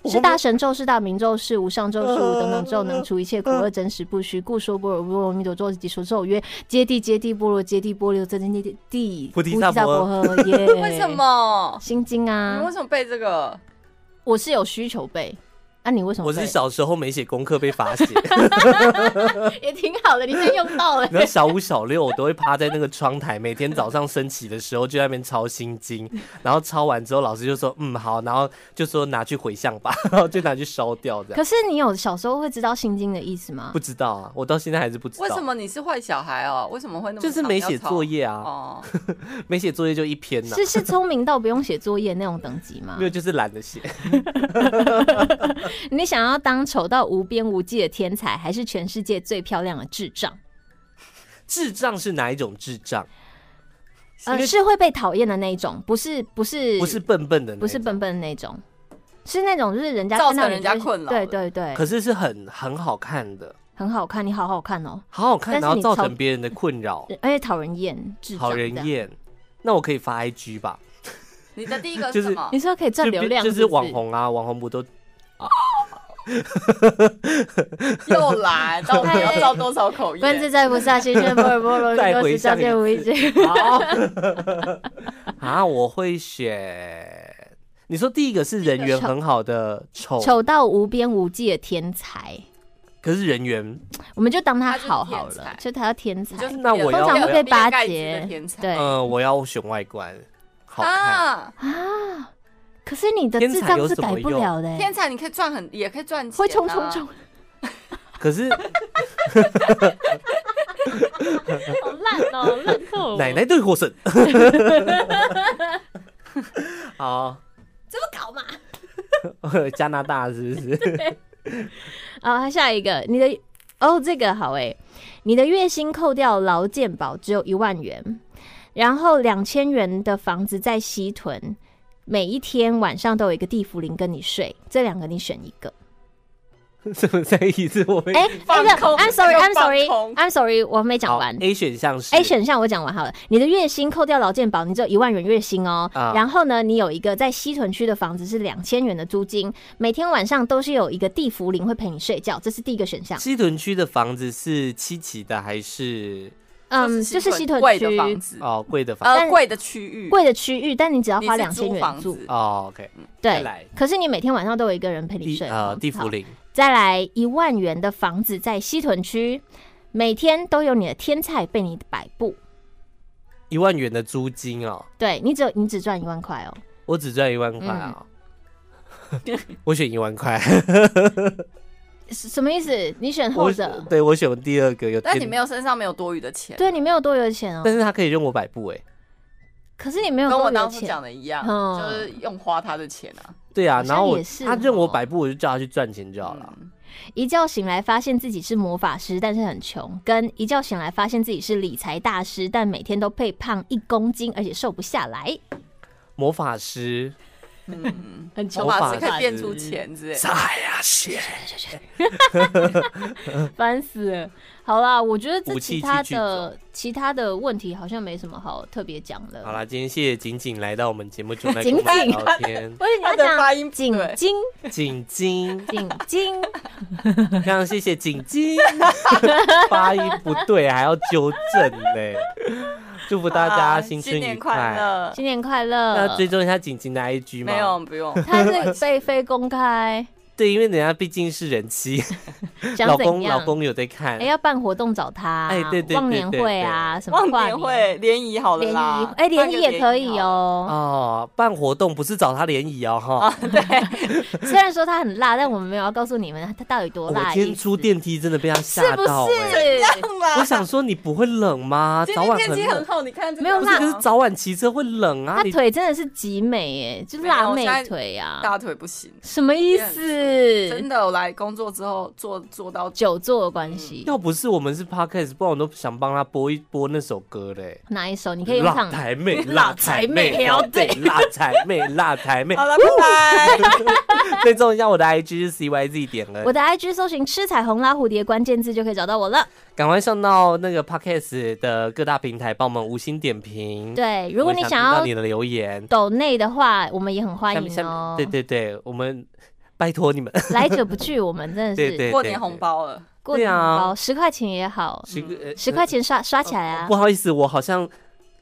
[SPEAKER 1] 我呃
[SPEAKER 2] 是
[SPEAKER 1] 没有
[SPEAKER 2] 大神咒，是大明咒，是无上咒，是无等等咒，能除一切苦厄，真实不虚。故说般若波罗蜜多咒即说咒曰：揭谛揭谛波罗揭谛波罗揭谛揭谛地
[SPEAKER 1] 菩提萨婆
[SPEAKER 2] 诃耶。
[SPEAKER 3] 为什？么？
[SPEAKER 2] 心经
[SPEAKER 3] 你为
[SPEAKER 2] 啊，
[SPEAKER 3] 什么背这个？
[SPEAKER 2] 我是有需求背。啊那、你为什么
[SPEAKER 1] 我
[SPEAKER 2] 背？
[SPEAKER 1] 是小时候没写功课被罚写，
[SPEAKER 2] 也挺好的，你真用 到了。
[SPEAKER 1] 然后小五小六我都会趴在那个窗台，每天早上升旗的时候就在那边抄心经，然后抄完之后老师就说嗯好，然后就说拿去回向吧，然后就拿去烧掉这样。
[SPEAKER 2] 可是你有小时候会知道心经的意思吗
[SPEAKER 1] 不？知道啊，我到现在还是不知道。
[SPEAKER 3] 为什么你是坏小孩哦？为什么会那么
[SPEAKER 1] 就是
[SPEAKER 3] 常
[SPEAKER 1] 没
[SPEAKER 3] 要
[SPEAKER 1] 写
[SPEAKER 3] 吵
[SPEAKER 1] 作业啊，
[SPEAKER 3] 哦？
[SPEAKER 1] 没写作业就一篇呐、
[SPEAKER 2] 是啊是聪明到不用写作业那种等级吗
[SPEAKER 1] 没？有就是懒得写。
[SPEAKER 2] 你想要当丑到无边无际的天才，还是全世界最漂亮的智障？
[SPEAKER 1] 智障是哪一种智障？因
[SPEAKER 2] 呃，
[SPEAKER 1] 为
[SPEAKER 2] 是会被讨厌的那一种，不是不是
[SPEAKER 1] 不是笨笨的那种，
[SPEAKER 2] 不是笨笨的那种，是那种就是人家
[SPEAKER 3] 造
[SPEAKER 2] 看到
[SPEAKER 3] 成
[SPEAKER 2] 你
[SPEAKER 3] 人家
[SPEAKER 2] 就是
[SPEAKER 3] 困扰
[SPEAKER 2] 对
[SPEAKER 3] 的
[SPEAKER 2] 对对，
[SPEAKER 1] 可是是很很好看的，
[SPEAKER 2] 很好看，你好好看哦，
[SPEAKER 1] 好好看，
[SPEAKER 2] 但是
[SPEAKER 1] 然后
[SPEAKER 2] 你
[SPEAKER 1] 造
[SPEAKER 2] 超
[SPEAKER 1] 成别人的困扰，
[SPEAKER 2] 而且讨人厌，智障
[SPEAKER 1] 讨人
[SPEAKER 2] 这样。
[SPEAKER 1] 厌。那我可以发 IG 吧，
[SPEAKER 3] 你的第一个
[SPEAKER 1] 就是是
[SPEAKER 3] 什么
[SPEAKER 2] 你？说可以赚
[SPEAKER 1] 就
[SPEAKER 2] 流
[SPEAKER 1] 变
[SPEAKER 2] 量
[SPEAKER 1] 就是
[SPEAKER 2] 不
[SPEAKER 1] 网红啊，网红不都
[SPEAKER 3] 又来，到底要造多少口
[SPEAKER 2] 不然这
[SPEAKER 3] 业？
[SPEAKER 2] 再不下去，就波尔波罗
[SPEAKER 1] 再
[SPEAKER 2] 又
[SPEAKER 1] 回
[SPEAKER 2] 是
[SPEAKER 1] 想
[SPEAKER 2] 相
[SPEAKER 1] 一
[SPEAKER 2] 见无一
[SPEAKER 1] 次
[SPEAKER 2] 见。
[SPEAKER 1] 好 啊，我会选。你说第一个是人缘很好的丑，
[SPEAKER 2] 丑到无边无际的天才，
[SPEAKER 1] 可是人缘，
[SPEAKER 2] 我们就当他
[SPEAKER 3] 他就是
[SPEAKER 2] 好好
[SPEAKER 3] 天才
[SPEAKER 2] 了，就他叫天才
[SPEAKER 3] 你。就是
[SPEAKER 1] 那我要
[SPEAKER 2] 通常会被巴结
[SPEAKER 3] 比尔盖茨的天才
[SPEAKER 2] 对，
[SPEAKER 1] 呃，我要选外观好看。
[SPEAKER 3] 啊，
[SPEAKER 2] 可是你的
[SPEAKER 1] 天
[SPEAKER 2] 智
[SPEAKER 1] 才
[SPEAKER 2] 障
[SPEAKER 1] 有
[SPEAKER 2] 是
[SPEAKER 1] 什么
[SPEAKER 2] 改不
[SPEAKER 1] 用
[SPEAKER 2] 了的欸，
[SPEAKER 3] 天才你可以赚很，也可以赚钱啊，
[SPEAKER 2] 会冲冲冲，
[SPEAKER 1] 可是
[SPEAKER 2] 好烂哦，烂透
[SPEAKER 1] 奶奶对获胜。好，
[SPEAKER 2] 怎么搞嘛？
[SPEAKER 1] 加拿大是不是？
[SPEAKER 2] 啊，他下一个，你的哦，这个好哎、你的月薪扣掉劳健保只有一万元，然后两千元的房子在西屯，每一天晚上都有一个地福林跟你睡，这两个你选一个。
[SPEAKER 1] 什么再一次？我们
[SPEAKER 2] 哎、
[SPEAKER 3] 放
[SPEAKER 2] 那个
[SPEAKER 3] 空
[SPEAKER 2] ，I'm sorry，I'm
[SPEAKER 3] 放空
[SPEAKER 2] sorry，I'm sorry，我没讲
[SPEAKER 1] 好
[SPEAKER 2] 完。
[SPEAKER 1] A 选项是
[SPEAKER 2] A 哎选项我讲完好了，你的月薪扣掉劳健保，你只有一万元月薪哦。
[SPEAKER 1] 啊
[SPEAKER 2] 然后呢，你有一个在西屯区的房子是两千元的租金，每天晚上都是有一个地福林会陪你睡觉，这是第一个选项。
[SPEAKER 1] 西屯区的房子是七期的还是
[SPEAKER 2] 嗯，就是西屯
[SPEAKER 3] 贵的房
[SPEAKER 2] 区
[SPEAKER 3] 子，
[SPEAKER 1] 哦贵的房？
[SPEAKER 3] 呃，
[SPEAKER 2] 但
[SPEAKER 3] 贵的区域，
[SPEAKER 2] 贵的区域，但你只要
[SPEAKER 3] 你
[SPEAKER 2] 花
[SPEAKER 3] 是
[SPEAKER 2] 两千
[SPEAKER 3] 租
[SPEAKER 2] 元
[SPEAKER 3] 房
[SPEAKER 2] 租
[SPEAKER 3] 子，，
[SPEAKER 1] 哦，OK，再
[SPEAKER 2] 呃对。
[SPEAKER 1] 来
[SPEAKER 2] 可是你每天晚上都有一个人陪你
[SPEAKER 1] 地
[SPEAKER 2] 睡
[SPEAKER 1] 呃
[SPEAKER 2] 哦
[SPEAKER 1] 地府
[SPEAKER 2] 好
[SPEAKER 1] 林
[SPEAKER 2] 再来一万元的房子在西屯区，每天都有你的天菜被你摆布。
[SPEAKER 1] 一万元的租金哦，
[SPEAKER 2] 对你只有你只赚一万块哦，
[SPEAKER 1] 我只赚一万块啊、
[SPEAKER 2] 嗯
[SPEAKER 1] 我选一万块，
[SPEAKER 2] 什什么意思？你选后
[SPEAKER 1] 我
[SPEAKER 2] 者，
[SPEAKER 1] 对我选第二个有
[SPEAKER 3] 但
[SPEAKER 1] 天
[SPEAKER 3] 你没有身上没有多余的钱，
[SPEAKER 2] 对你没有多余的钱
[SPEAKER 1] 但
[SPEAKER 2] 哦，
[SPEAKER 1] 是他可以任我摆布哎、
[SPEAKER 2] 可是你没有
[SPEAKER 3] 跟
[SPEAKER 2] 多
[SPEAKER 3] 我
[SPEAKER 2] 余的
[SPEAKER 3] 当初
[SPEAKER 2] 钱
[SPEAKER 3] 讲，的一样，
[SPEAKER 2] 嗯
[SPEAKER 3] 就是用花他的钱啊。
[SPEAKER 1] 对啊，
[SPEAKER 2] 好像
[SPEAKER 1] 然后我
[SPEAKER 2] 也是
[SPEAKER 1] 他任我
[SPEAKER 2] 哦
[SPEAKER 1] 摆布，我就叫他去赚钱就好了。
[SPEAKER 3] 嗯
[SPEAKER 2] 一觉醒来发现自己是魔法师，但是很穷；跟一觉醒来发现自己是理财大师，但每天都被胖一公斤，而且瘦不下来，
[SPEAKER 1] 魔法师，
[SPEAKER 2] 很
[SPEAKER 1] 穷
[SPEAKER 3] 头发
[SPEAKER 1] 头发
[SPEAKER 3] 啊是 可以变出钱之类的。
[SPEAKER 1] 哎呀，谢
[SPEAKER 2] 烦死了！好啦，我觉得
[SPEAKER 1] 武
[SPEAKER 2] 这
[SPEAKER 1] 器
[SPEAKER 2] 其他
[SPEAKER 1] 去诅
[SPEAKER 2] 的其他的问题好像没什么好特别讲的。
[SPEAKER 1] 好啦，今天谢谢景景来到我们节目 中来跟
[SPEAKER 2] 景
[SPEAKER 1] 我们
[SPEAKER 2] 景
[SPEAKER 1] 聊天，
[SPEAKER 2] 不是你
[SPEAKER 3] 他
[SPEAKER 2] 要
[SPEAKER 3] 的
[SPEAKER 2] 讲
[SPEAKER 3] 发音不
[SPEAKER 2] 景
[SPEAKER 3] 对，
[SPEAKER 2] 金
[SPEAKER 1] 景晶，
[SPEAKER 2] 景金，
[SPEAKER 1] 非常谢谢景晶，发音不对还要纠正呢、 祝福大
[SPEAKER 3] 好
[SPEAKER 1] 家
[SPEAKER 3] 啊
[SPEAKER 1] 新春
[SPEAKER 3] 新
[SPEAKER 1] 愉
[SPEAKER 3] 年快乐。
[SPEAKER 2] 新年快
[SPEAKER 1] 那
[SPEAKER 2] 乐！
[SPEAKER 1] 追踪一下景晶的 IG 吗？
[SPEAKER 3] 没有，不用。
[SPEAKER 2] 他是被非公开，
[SPEAKER 1] 对，因为人家毕竟是人妻，
[SPEAKER 2] 想
[SPEAKER 1] 老
[SPEAKER 2] 怎
[SPEAKER 1] 公
[SPEAKER 2] 样
[SPEAKER 1] 老？公有在看
[SPEAKER 2] 哎，，要办活动找他，啊
[SPEAKER 1] 哎对对对
[SPEAKER 2] 忘年会啊，什么
[SPEAKER 3] 忘
[SPEAKER 2] 跨
[SPEAKER 3] 年会联谊好了
[SPEAKER 2] 联
[SPEAKER 3] 啦
[SPEAKER 2] 谊，，哎，联
[SPEAKER 3] 办个
[SPEAKER 2] 谊也可以
[SPEAKER 3] 好了。
[SPEAKER 2] 哦。
[SPEAKER 1] 哦，办活动不是找他联谊哦
[SPEAKER 3] 啊
[SPEAKER 1] 哈。
[SPEAKER 2] 虽然说他很辣，但我们没有要告诉你们他到底多
[SPEAKER 1] 我
[SPEAKER 2] 辣的意思。
[SPEAKER 1] 今天出电梯真的被他
[SPEAKER 2] 是
[SPEAKER 1] 吓
[SPEAKER 2] 不
[SPEAKER 1] 到、哎
[SPEAKER 2] 是？
[SPEAKER 3] 干嘛
[SPEAKER 1] 我想说你不会冷吗？
[SPEAKER 3] 啊今
[SPEAKER 1] 早
[SPEAKER 3] 天
[SPEAKER 1] 晚
[SPEAKER 3] 天气
[SPEAKER 1] 冷
[SPEAKER 3] 很。好，你看这个
[SPEAKER 2] 没有
[SPEAKER 1] 不
[SPEAKER 2] 辣
[SPEAKER 1] 是，可是早晚骑车会冷啊！
[SPEAKER 2] 他
[SPEAKER 1] 你
[SPEAKER 2] 腿真的是极美哎，就
[SPEAKER 3] 没有
[SPEAKER 2] 辣
[SPEAKER 3] 我现在
[SPEAKER 2] 妹腿啊！
[SPEAKER 3] 大腿不行，
[SPEAKER 2] 什么意
[SPEAKER 3] 真
[SPEAKER 2] 思？
[SPEAKER 3] 的，我来工作之后做做到
[SPEAKER 2] 久坐的关系。
[SPEAKER 1] 要不是我们是 podcast，不然我都想帮他播一播那首歌嘞。
[SPEAKER 2] 哪一首？你可以用
[SPEAKER 1] 辣
[SPEAKER 2] 唱。
[SPEAKER 1] 台 妹，
[SPEAKER 2] 辣
[SPEAKER 1] 台
[SPEAKER 2] 台妹
[SPEAKER 1] 辣
[SPEAKER 2] 哦
[SPEAKER 1] 台
[SPEAKER 2] 对
[SPEAKER 1] 妹辣台妹， 辣台妹
[SPEAKER 3] 好。了，拜拜。
[SPEAKER 1] 追踪一下我的 IG 是 CYZ 点了
[SPEAKER 2] 我，的 IG 搜寻“吃彩虹拉蝴蝶”关键字就可以找到我了。
[SPEAKER 1] 赶快上到那个 podcast 的各大平台，帮我们五星点评。，
[SPEAKER 2] 对，如果你想
[SPEAKER 1] 到
[SPEAKER 2] 要
[SPEAKER 1] 你的留言，
[SPEAKER 2] 抖内的话，我们也很欢
[SPEAKER 1] 下面下
[SPEAKER 2] 迎哦嗯
[SPEAKER 1] 面，。对对对，我们拜托你们。
[SPEAKER 2] 来者不拒，我们真的
[SPEAKER 1] 对
[SPEAKER 2] 是
[SPEAKER 1] 对，
[SPEAKER 3] 过
[SPEAKER 1] 对
[SPEAKER 3] 年红，包了，
[SPEAKER 2] 过年
[SPEAKER 1] 对啊
[SPEAKER 2] 红包十块钱也好，
[SPEAKER 1] 对十个呃
[SPEAKER 2] 十块钱刷刷起来啊
[SPEAKER 1] 不！好意思，我好像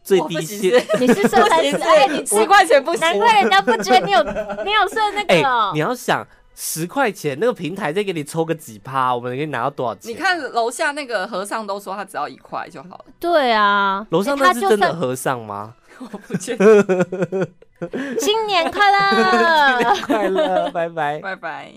[SPEAKER 1] 最低 限。
[SPEAKER 2] 你是设三十，哎，你
[SPEAKER 3] 十块钱不行，
[SPEAKER 2] 难怪人家不觉得你有你有设那
[SPEAKER 1] 哎、
[SPEAKER 2] 个哦
[SPEAKER 1] 你。要想十块钱那个平台再给你抽个几趴，我们可以拿到多少钱？
[SPEAKER 3] 你看楼下那个和尚都说他只要一块就好了，
[SPEAKER 2] 对啊，
[SPEAKER 1] 楼上
[SPEAKER 2] 哎
[SPEAKER 1] 那
[SPEAKER 2] 他
[SPEAKER 1] 是
[SPEAKER 2] 就
[SPEAKER 1] 真 的
[SPEAKER 2] 算
[SPEAKER 1] 和尚吗？
[SPEAKER 3] 我不 觉得。
[SPEAKER 2] 新年快乐。
[SPEAKER 1] 快乐，拜拜。
[SPEAKER 3] 拜拜。